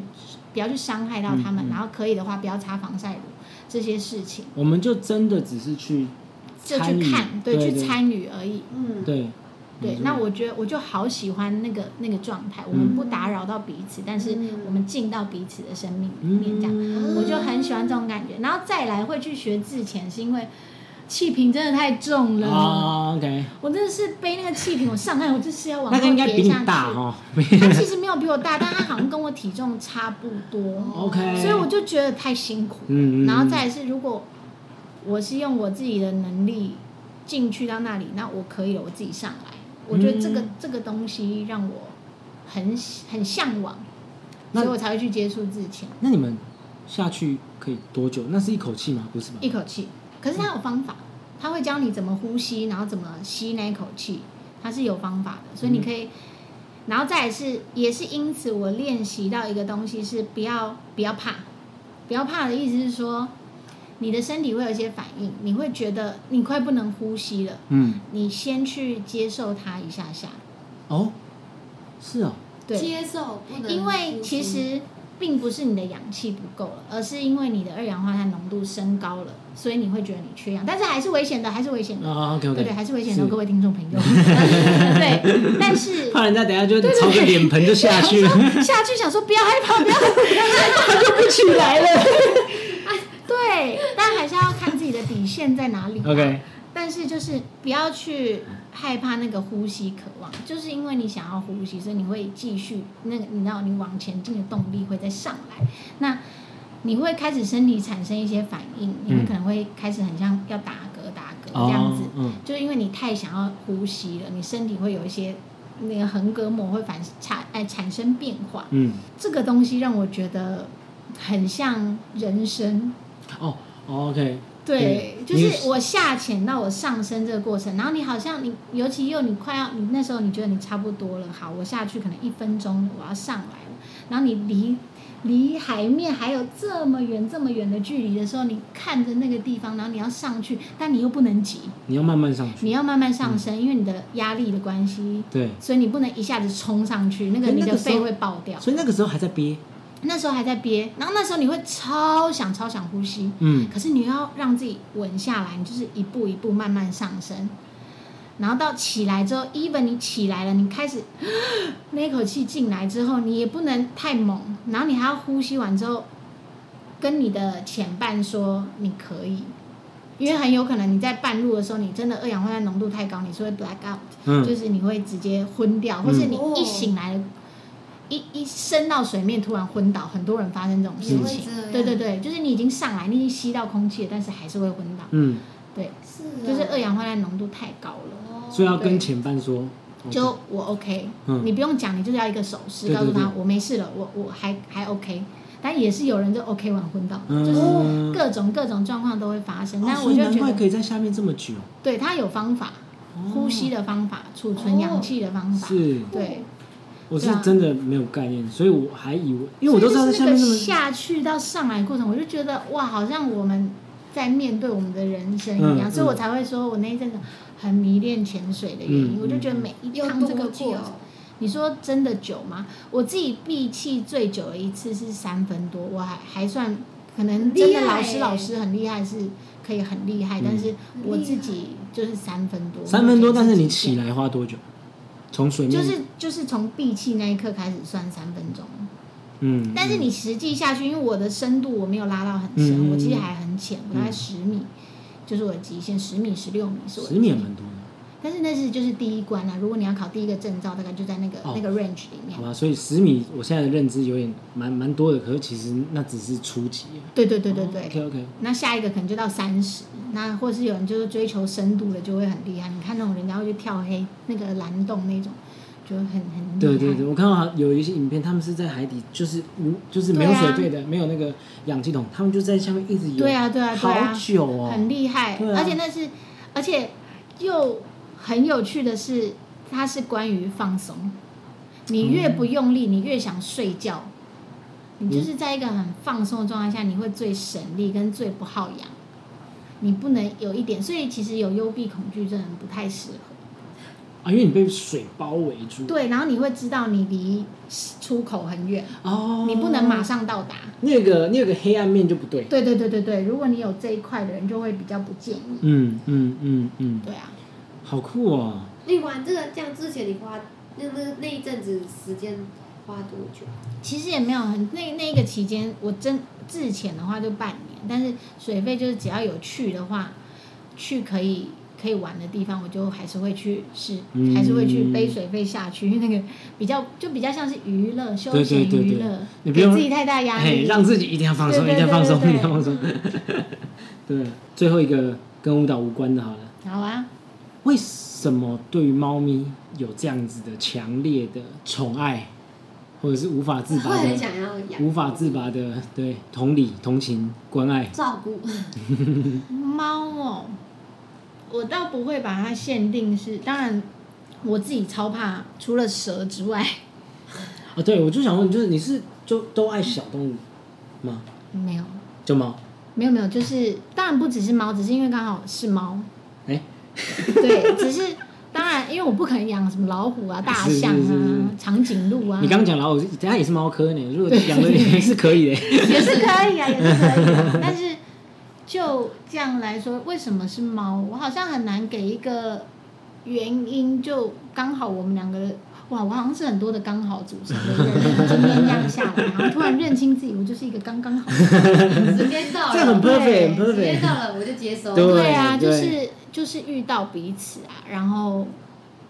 Speaker 2: 不要去伤害到他们，
Speaker 5: 嗯嗯
Speaker 2: 然后可以的话不要擦防晒乳这些事情，
Speaker 5: 我们就真的只是去
Speaker 2: 就
Speaker 5: 参
Speaker 2: 去
Speaker 5: 与
Speaker 2: 看，
Speaker 5: 对，
Speaker 2: 去参与而已。
Speaker 3: 嗯，
Speaker 5: 对，
Speaker 2: 对，
Speaker 5: 没错
Speaker 2: 那我觉得我就好喜欢那个那个状态，我
Speaker 5: 嗯
Speaker 2: 们不打扰到彼此，但是
Speaker 3: 嗯
Speaker 2: 我们进到彼此的生命里面，这样、
Speaker 5: 嗯
Speaker 2: 我就很喜欢这种感觉。然后再来会去学自潜，是因为气瓶真的太重了，
Speaker 5: 啊，OK，
Speaker 2: 我真的是背那个气瓶，我上岸我就是要往
Speaker 5: 那
Speaker 2: 后
Speaker 5: 个应该
Speaker 2: 跌
Speaker 5: 比你
Speaker 2: 下去。
Speaker 5: 大哦。
Speaker 2: 他其实没有比我大，但他好像跟我体重差不多，
Speaker 5: OK，
Speaker 2: 所以我就觉得太辛苦了。
Speaker 5: 嗯嗯嗯
Speaker 2: 然后再来是如果。我是用我自己的能力进去到那里，那我可以了，我自己上来。我觉得这个、
Speaker 5: 嗯
Speaker 2: 这个东西让我很很向往，
Speaker 5: 那
Speaker 2: 所以我才会去接触自潜，
Speaker 5: 那你们下去可以多久？那是一口气吗？不是吧？
Speaker 2: 一口气。可是它有方法，它会教你怎么呼吸，然后怎么吸那一口气，它是有方法的，所以你可以。然后再来是，也是因此我练习到一个东西是不要不要怕，不要怕的意思是说，你的身体会有一些反应，你会觉得你快不能呼吸了，
Speaker 5: 嗯，
Speaker 2: 你先去接受它一下下。
Speaker 5: 哦，是哦，
Speaker 2: 对，
Speaker 3: 接受不能
Speaker 2: 因为
Speaker 3: 呼
Speaker 2: 其
Speaker 3: 吸
Speaker 2: 实并不是你的氧气不够了，而是因为你的二氧化碳浓度升高了，所以你会觉得你缺氧，但是还是危险的，还是危险的。
Speaker 5: 啊，OK
Speaker 2: 对
Speaker 5: OK，
Speaker 2: 对，还是危险的，
Speaker 5: 是
Speaker 2: 各 位听众朋友。对，但是
Speaker 5: 怕人家等一下就
Speaker 2: 对对
Speaker 5: 朝着
Speaker 2: 对
Speaker 5: 脸盆就下去，
Speaker 2: 下去想说不要害怕，不要害怕，啊
Speaker 5: 就不起 来了。
Speaker 2: 对，但还是要看自己的底线在哪里啊。
Speaker 5: OK，
Speaker 2: 但是就是不要去害怕那个呼吸渴望，就是因为你想要呼吸，所以你会继续那个，你知道你往前进的动力会再上来。那你会开始身体产生一些反应，你会
Speaker 5: 嗯
Speaker 2: 可能会开始很像要打嗝、打嗝
Speaker 5: 哦
Speaker 2: 这样子，
Speaker 5: 嗯
Speaker 2: 就是因为你太想要呼吸了，你身体会有一些那个横膈膜会反产哎产生变化。
Speaker 5: 嗯，
Speaker 2: 这个东西让我觉得很像人生，
Speaker 5: 哦哦，OK，
Speaker 2: 对，
Speaker 5: 嗯
Speaker 2: 就
Speaker 5: 你
Speaker 2: 是我下潜到我上升这个过程，然后你好像你，尤其又你快要你那时候你觉得你差不多了，好，我下去可能一分钟了我要上来了，然后你离离海面还有这么远这么远的距离的时候，你看着那个地方，然后你要上去，但你又不能急，
Speaker 5: 你要慢慢上去。
Speaker 2: 你要慢慢上
Speaker 5: 嗯
Speaker 2: 升，因为你的压力的关系，
Speaker 5: 对，
Speaker 2: 所以你不能一下子冲上去，那个
Speaker 5: 哎
Speaker 2: 你
Speaker 5: 那
Speaker 2: 的
Speaker 5: 个时候
Speaker 2: 肺会爆掉。
Speaker 5: 所以那个时候还在憋，
Speaker 2: 那时候还在憋，然后那时候你会超想超想呼吸，
Speaker 5: 嗯，
Speaker 2: 可是你要让自己稳下来，你就是一步一步慢慢上升，然后到起来之后，even 你起来了，你开始 那一口气进来之后，你也不能太猛，然后你还要呼吸完之后，跟你的前伴说你可以，因为很有可能你在半路的时候，你真的二氧化碳浓度太高，你是会 black out，就
Speaker 5: 嗯，
Speaker 2: 是你会直接昏掉，或是
Speaker 5: 嗯
Speaker 2: 你一醒来，一一升到水面突然昏倒，很多人发生这种事
Speaker 3: 也会
Speaker 2: 情。
Speaker 3: 这样
Speaker 2: 对对啊对，就是你已经上来，你已经吸到空气了，但是还是会昏倒。
Speaker 5: 嗯，
Speaker 2: 对，
Speaker 3: 是啊
Speaker 2: 就是二氧化碳浓度太高了。
Speaker 3: 哦
Speaker 5: 所以要啊跟
Speaker 2: 对
Speaker 5: 前伴说，
Speaker 2: 就我 OK，、
Speaker 5: 嗯
Speaker 2: 你不用讲，你就是要一个手势
Speaker 5: 对
Speaker 2: 告诉
Speaker 5: 对
Speaker 2: 他
Speaker 5: 对
Speaker 2: 我没事了，我我还还 OK。但也是有人就 OK 完昏倒，
Speaker 5: 嗯
Speaker 2: 就是各种各种状况都会发生。
Speaker 5: 哦
Speaker 2: 但
Speaker 5: 所
Speaker 2: 我
Speaker 5: 以
Speaker 2: 就
Speaker 5: 难
Speaker 2: 觉
Speaker 5: 怪可
Speaker 2: 得，
Speaker 5: 以在下面这么久，
Speaker 2: 对他有方法，
Speaker 5: 哦
Speaker 2: 呼吸的方法，储存氧气的方法，
Speaker 5: 是，
Speaker 2: 对。
Speaker 5: 我是
Speaker 2: 对啊
Speaker 5: 真的没有概念，所以我还以为，因为我都知道在下
Speaker 2: 所以
Speaker 5: 面
Speaker 2: 就是那
Speaker 5: 这
Speaker 2: 个
Speaker 5: 么，
Speaker 2: 下去到上来过程，我就觉得哇，好像我们在面对我们的人生一样，
Speaker 5: 嗯
Speaker 2: 所以我才会说我那一阵子很迷恋潜水的原因。
Speaker 5: 嗯
Speaker 2: 我就觉得每一
Speaker 3: 有
Speaker 2: 趟这个
Speaker 3: 多
Speaker 2: 过
Speaker 3: 久
Speaker 2: 程，？你说真的久吗？我自己闭气最久的一次是三分多，我还还算可能真
Speaker 3: 厉
Speaker 2: 的
Speaker 3: 害
Speaker 2: 老师
Speaker 3: 欸
Speaker 2: 老师很厉害是可以很厉害，但是我自己就是三分多，
Speaker 5: 嗯三分多，
Speaker 2: 我觉
Speaker 5: 但
Speaker 2: 得
Speaker 5: 是你
Speaker 2: 极限
Speaker 5: 起来嗯花多久？从水面，
Speaker 2: 就是就是从闭气那一刻开始算三分钟。
Speaker 5: 嗯，
Speaker 2: 但是你实际下去，因为我的深度我没有拉到很深，
Speaker 5: 嗯
Speaker 2: 我其实还很浅，我大概
Speaker 5: 嗯
Speaker 2: 十米，就是我的极限，十米、十六米是我的
Speaker 5: 十
Speaker 2: 极
Speaker 5: 米也
Speaker 2: 限。
Speaker 5: 蛮多的，
Speaker 2: 但是那是就是第一关啦、如果你要考第一个证照，大概就在那个、
Speaker 5: 哦
Speaker 2: 那个 range 里面
Speaker 5: 好。吧？所以十米我现在的认知有点蛮蛮多的，可是其实那只是初级，
Speaker 2: 对对对对对。
Speaker 5: 哦，OK OK，
Speaker 2: 那下一个可能就到三十，那或是有人就是追求深度的就会很厉害。你看那种人家会去跳黑那个蓝洞那种，就很很厉害。
Speaker 5: 对对对，我看到有一些影片，他们是在海底，就是无就是没有
Speaker 2: 对啊
Speaker 5: 水费的，没有那个氧气筒，他们就在下面一直游，
Speaker 2: 对啊对啊对啊
Speaker 5: 好久哦，
Speaker 2: 很厉害，
Speaker 5: 对啊
Speaker 2: 而且那是，而且又很有趣的是，它是关于放松。你越不用力，你越想睡觉，你就是在一个很放松的状态下，你会最省力跟最不耗氧。你不能有一点，所以其实有幽闭恐惧症不太适合。
Speaker 5: 啊，因为你被水包围住，
Speaker 2: 对，然后你会知道你离出口很远，
Speaker 5: 哦，
Speaker 2: 你不能马上到达。
Speaker 5: 那个那个黑暗面就不对，
Speaker 2: 对对对对对，如果你有这一块的人，就会比较不建议。
Speaker 5: 嗯嗯嗯嗯，
Speaker 2: 对啊，
Speaker 5: 好酷哦，
Speaker 3: 你玩这个这样之前，你花那那那一阵子时间花多久？
Speaker 2: 其实也没有很那那一个期间，我真自潜的话就半年，但是水费就是只要有去的话，去可以可以玩的地方，我就还是会去试，
Speaker 5: 嗯
Speaker 2: 还是会去背水费下去，因为那个比较就比较像是娱乐休闲
Speaker 5: 对对
Speaker 2: 娱
Speaker 5: 对
Speaker 2: 乐，
Speaker 5: 你不
Speaker 2: 给
Speaker 5: 用
Speaker 2: 自己太大压
Speaker 5: 嘿，
Speaker 2: 力。
Speaker 5: 让自己一定要放松，一
Speaker 2: 对对
Speaker 5: 定要放松，一
Speaker 2: 对对
Speaker 5: 定要放松，对，最后一个跟舞蹈无关的，好了。
Speaker 2: 好啊，
Speaker 5: 为什么对于猫咪有这样子的强烈的宠爱，或者是无法自
Speaker 3: 会
Speaker 5: 拔
Speaker 3: 很
Speaker 5: 的、
Speaker 3: 想要养，
Speaker 5: 无法自拔的对同理、同情、关爱？
Speaker 3: 照 顾，
Speaker 2: 猫哦，我倒不会把它限定是，当然我自己超怕，除了蛇之外，
Speaker 5: 哦，对，我就想问，就是你是就都爱小动物吗？
Speaker 2: 没有，
Speaker 5: 就猫？
Speaker 2: 没有没有，就是当然不只是猫，只是因为刚好是猫，
Speaker 5: 哎、
Speaker 2: 对，只是当然因为我不可能养什么老虎啊、大象
Speaker 5: 是是
Speaker 2: 啊
Speaker 5: 是、
Speaker 2: 长颈鹿啊，
Speaker 5: 你刚刚讲老虎，它也是猫科呢，如果养了也是可以 的。
Speaker 2: 也是可以啊，也是可以、 啊。但是就这样来说，为什么是猫？我好像很难给一个原因，就刚好我们两个，哇，我好像是很多的刚好组成的一个人。今天这样下来，然后突然认清自己，我就是一个刚刚好。
Speaker 3: 时间到
Speaker 5: 这
Speaker 3: 了，
Speaker 5: 很 perfect，很
Speaker 3: 时间
Speaker 5: perfect。
Speaker 3: 到了我就接收，
Speaker 5: 对
Speaker 2: 对啊，就
Speaker 5: 对
Speaker 2: 是就是遇到彼此啊，然后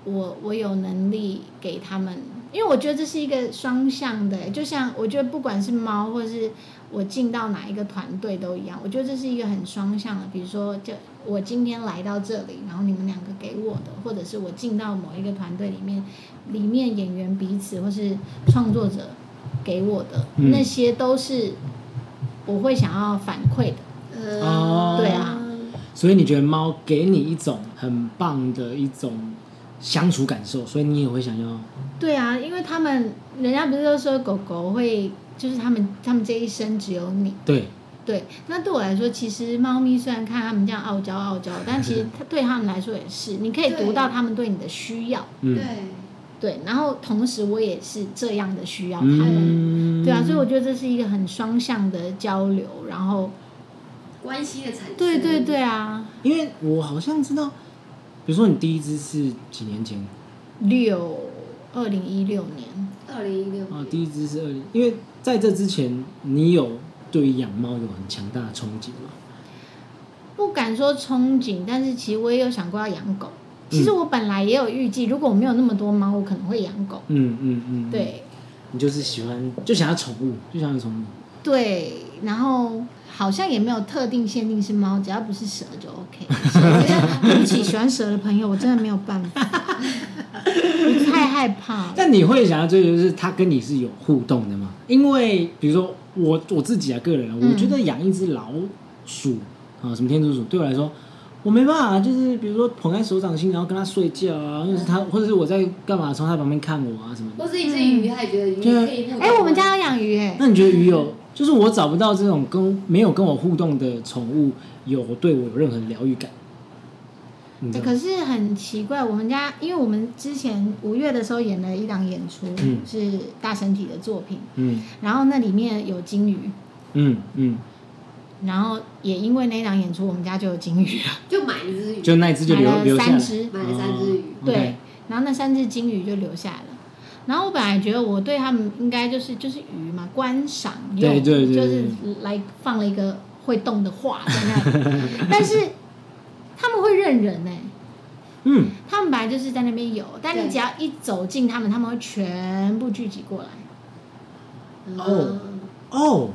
Speaker 2: 我我有能力给他们，因为我觉得这是一个双向的欸、就像我觉得不管是猫或是我进到哪一个团队都一样，我觉得这是一个很双向的。比如说，就我今天来到这里，然后你们两个给我的，或者是我进到某一个团队里面，里面演员彼此或是创作者给我的、
Speaker 5: 嗯
Speaker 2: 那些都是我会想要反馈的。
Speaker 3: 嗯
Speaker 5: 哦
Speaker 2: 对啊，
Speaker 5: 所以你觉得猫给你一种很棒的一种相处感受，所以你也会想要
Speaker 2: 对啊，因为他们人家不是都说狗狗会，就是他们他们这一生只有你。
Speaker 5: 对
Speaker 2: 对，那对我来说，其实猫咪虽然看他们这样傲娇傲娇，但其实它对他们来说也是，你可以读
Speaker 3: 对
Speaker 2: 到他们对你的需要，
Speaker 5: 嗯
Speaker 3: 对，
Speaker 2: 对，然后同时我也是这样的需要他们，
Speaker 5: 嗯
Speaker 2: 对啊，所以我觉得这是一个很双向的交流，然后
Speaker 3: 关系的产生，
Speaker 2: 对对对，啊，
Speaker 5: 因为我好像知道，比如说你第一只是几年前
Speaker 2: 六二零一六年，
Speaker 3: 二零一六
Speaker 5: 啊，第一只是二零，因为在这之前你有对于养猫有很强大的憧憬嘛？
Speaker 2: 不敢说憧憬，但是其实我也有想过要养狗。
Speaker 5: 嗯
Speaker 2: 其实我本来也有预计，如果我没有那么多猫，我可能会养狗。
Speaker 5: 嗯嗯嗯，，
Speaker 2: 对
Speaker 5: 你就是喜欢就想要宠物，就想要宠物，
Speaker 2: 对，然后好像也没有特定限定是猫，只要不是蛇就 OK。对不起，喜欢蛇的朋友，我真的没有办 法，我太害怕了。
Speaker 5: 但你会想要追求就是它跟你是有互动的吗？因为比如说我我自己啊，个人啊，
Speaker 2: 嗯
Speaker 5: 我觉得养一只老鼠啊，什么天竺鼠，对我来说。我没办法，就是比如说捧在手掌心，然后跟它睡觉啊，或者是它，或者是我在干嘛，从它旁边看我啊什么的。
Speaker 3: 或是一只鱼，他也觉得鱼可以互动
Speaker 2: 哎、我们家有养鱼哎、
Speaker 5: 那你觉得鱼有，就是我找不到这种跟没有跟我互动的宠物，有对我有任何疗愈感？你知
Speaker 2: 欸
Speaker 5: 道吗？
Speaker 2: 可是很奇怪，我们家因为我们之前五月的时候演了一档演出，
Speaker 5: 嗯
Speaker 2: 是大身体的作品，
Speaker 5: 嗯
Speaker 2: 然后那里面有金鱼，
Speaker 5: 嗯嗯，
Speaker 2: 然后也因为那一档演出，我们家就有金鱼了，
Speaker 3: 就买一只鱼，
Speaker 5: 就那一只就留
Speaker 2: 买
Speaker 5: 留
Speaker 2: 了
Speaker 5: 下来
Speaker 2: 三只，
Speaker 3: 买了三只鱼，
Speaker 5: 哦
Speaker 2: 对
Speaker 5: OK
Speaker 2: 然后那三只金鱼就留下来了。然后我本来觉得我对他们应该就是就是鱼嘛，观赏用，
Speaker 5: 对对对
Speaker 2: 就是来放了一个会动的画在那 里，但是他们会认人呢、
Speaker 5: 嗯，
Speaker 2: 他们本来就是在那边游，但你
Speaker 3: 对
Speaker 2: 只要一走近他们，他们会全部聚集过来。
Speaker 5: 哦
Speaker 3: 嗯，
Speaker 5: 哦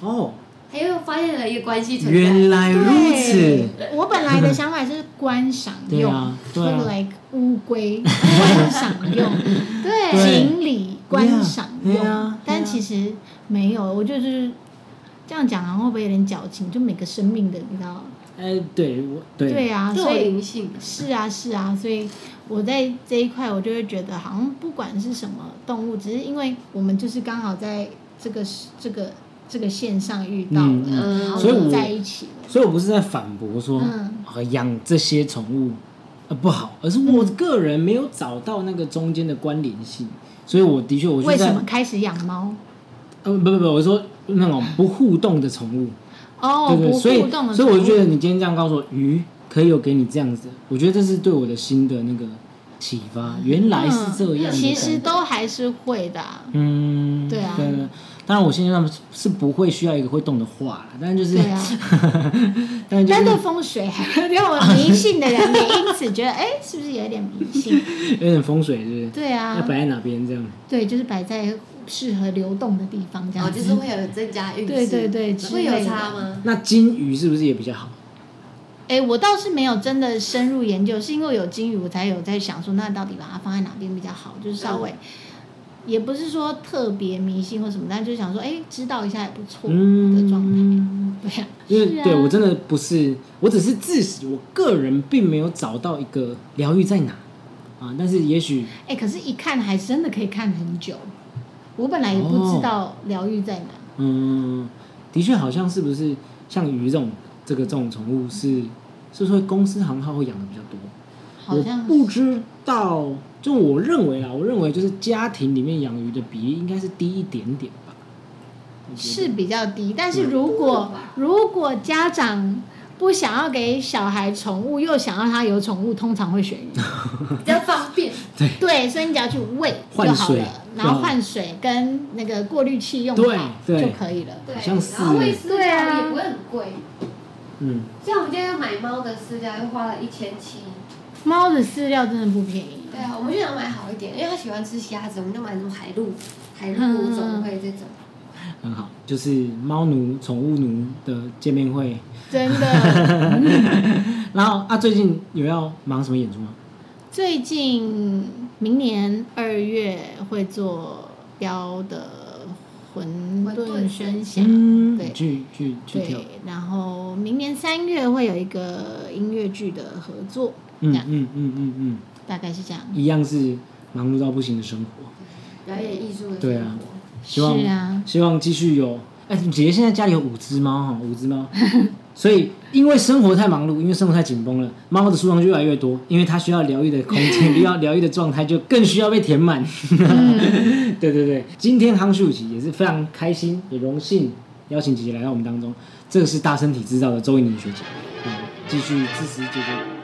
Speaker 5: 哦，
Speaker 3: 还有发现了一个关系存在，
Speaker 5: 原来哎如
Speaker 2: 对
Speaker 5: 此，，
Speaker 2: 我本来的想法是观赏
Speaker 5: 对
Speaker 2: 用，
Speaker 5: 啊对啊
Speaker 2: like 乌 龟观赏用，
Speaker 3: 对，
Speaker 5: 对
Speaker 2: 锦鲤观赏用
Speaker 5: Yeah，对啊对
Speaker 2: 但
Speaker 5: 啊
Speaker 2: 其实没有，我就是这样讲，好像会不会有点矫情？就每个生命的，你知道？
Speaker 5: 哎，对我
Speaker 2: 对
Speaker 5: 对，
Speaker 2: 啊，
Speaker 3: 这
Speaker 2: 所
Speaker 3: 有
Speaker 2: 以
Speaker 3: 灵性，
Speaker 2: 是啊，是啊，所以我在这一块，我就会觉得好像不管是什么动物，只是因为我们就是刚好在这个这个这个线上遇到了，
Speaker 5: 嗯
Speaker 3: 嗯
Speaker 2: 然后
Speaker 5: 所以
Speaker 2: 就
Speaker 5: 我
Speaker 2: 在一起了。
Speaker 5: 所以我不是在反驳说
Speaker 2: 嗯
Speaker 5: 啊养这些宠物呃不好，而是我
Speaker 2: 嗯
Speaker 5: 个人没有找到那个中间的关联性，所以我的确我就
Speaker 2: 为什
Speaker 5: 在
Speaker 2: 么开始养猫？
Speaker 5: 呃不不不，我说那种不互动的宠物。
Speaker 2: 哦，
Speaker 5: 对对，
Speaker 2: 不
Speaker 5: 所
Speaker 2: 互
Speaker 5: 以
Speaker 2: 动的
Speaker 5: 所以我就觉得
Speaker 2: 宠物
Speaker 5: 你今天这样告诉我，鱼可以有给你这样子，我觉得这是对我的新的那个启发，原来是这样的感觉。
Speaker 2: 嗯其实都还是会的啊、
Speaker 5: 嗯，
Speaker 2: 对啊
Speaker 5: 对当然我现在是不会需要一个会动的画啦，但是就是，
Speaker 2: 对啊
Speaker 5: 但是就
Speaker 2: 但
Speaker 5: 是
Speaker 2: 对风水， 让我迷信的人也因此觉得，哎，是不是有一点迷信？
Speaker 5: 有点风水，是不是？
Speaker 2: 对啊
Speaker 5: 要，摆在哪边这样？
Speaker 2: 对，就是摆在适合流动的地方，这
Speaker 3: 哦，
Speaker 2: 样
Speaker 3: 就是
Speaker 2: 子。
Speaker 3: 会有增加运势，
Speaker 2: 对对对之
Speaker 3: 会有
Speaker 2: 类的
Speaker 3: 差吗？
Speaker 5: 那金鱼是不是也比较好？
Speaker 2: 哎、我倒是没有真的深入研究，是因为有金鱼，我才有在想说，那到底把它放在哪边比较好？
Speaker 5: 嗯
Speaker 2: 就是稍微，也不是说特别迷信或什么，但就想说，哎、知道一下也不错的状态。
Speaker 5: 嗯，
Speaker 2: 对呀、
Speaker 5: 因为
Speaker 2: 是啊
Speaker 5: 对我真的不是，我只是自始我个人并没有找到一个疗愈在哪啊，但是也许
Speaker 2: 哎、可是一看还真的可以看很久。我本来也不
Speaker 5: 哦
Speaker 2: 知道疗愈在哪。
Speaker 5: 嗯，的确好像是不是像鱼这种这个这种宠物是，是说公司行号会养的比较多？
Speaker 2: 好像
Speaker 5: 我不知道，就我认为啦，啊我认为就是家庭里面养鱼的比例应该是低一点点吧。我觉得
Speaker 2: 是比较低，但是如果如果家长不想要给小孩宠物，又想要他有宠物，通常会 选鱼。
Speaker 3: 比较方 便，
Speaker 2: 对，所以你只要去喂就
Speaker 5: 换
Speaker 2: 好
Speaker 5: 水
Speaker 2: 了，
Speaker 5: 就
Speaker 2: 然后
Speaker 5: 好
Speaker 2: 换水跟那个过滤器用
Speaker 5: 对
Speaker 2: 好
Speaker 5: 对
Speaker 2: 就可以了。
Speaker 3: 对，
Speaker 5: 好像是
Speaker 3: 然后喂饲
Speaker 2: 对啊
Speaker 3: 料也不会很贵，
Speaker 5: 嗯，
Speaker 3: 像我们今天买猫的饲料又花了一千七，
Speaker 2: 猫的饲料真的不便宜，
Speaker 3: 对啊，我们就想买好一点，因为它喜欢吃虾子，我们就买那种海陆海陆
Speaker 2: 嗯
Speaker 3: 总会这种。
Speaker 5: 很好，就是猫奴、宠物奴的见 面会。
Speaker 2: 真 的。嗯
Speaker 5: 然后啊，最近有要忙什么演出吗？
Speaker 2: 最近明年二月会做雕的馄
Speaker 3: 馄
Speaker 2: 饨生
Speaker 3: 饨生
Speaker 2: 虾，
Speaker 5: 嗯，
Speaker 2: 对
Speaker 5: 去去去跳
Speaker 2: 对，，然后明年三月会有一个音乐剧的合作，
Speaker 5: 嗯
Speaker 2: 这
Speaker 5: 嗯
Speaker 2: 样
Speaker 5: 嗯嗯嗯
Speaker 2: 大概是这样。
Speaker 5: 嗯，一样是忙碌到不行的生活。
Speaker 3: 表演艺术的
Speaker 5: 对啊
Speaker 3: 生活，
Speaker 5: 希
Speaker 2: 是
Speaker 5: 望
Speaker 2: 啊，
Speaker 5: 希望继续有。哎、姐姐现在家里有五只猫哈，五只猫， 所以因为生活太忙碌，因为生活太紧绷了，猫的数量就越来越多，因为它需要疗愈的空间， 需要疗愈的状态，就更需要被填满。
Speaker 2: 嗯
Speaker 5: 对对对，今天夯秀琪也是非常开心，也荣幸邀请姐姐来到我们当中。这个是大身体制造的周以宁学姐，嗯，继续支持姐姐。
Speaker 4: 呃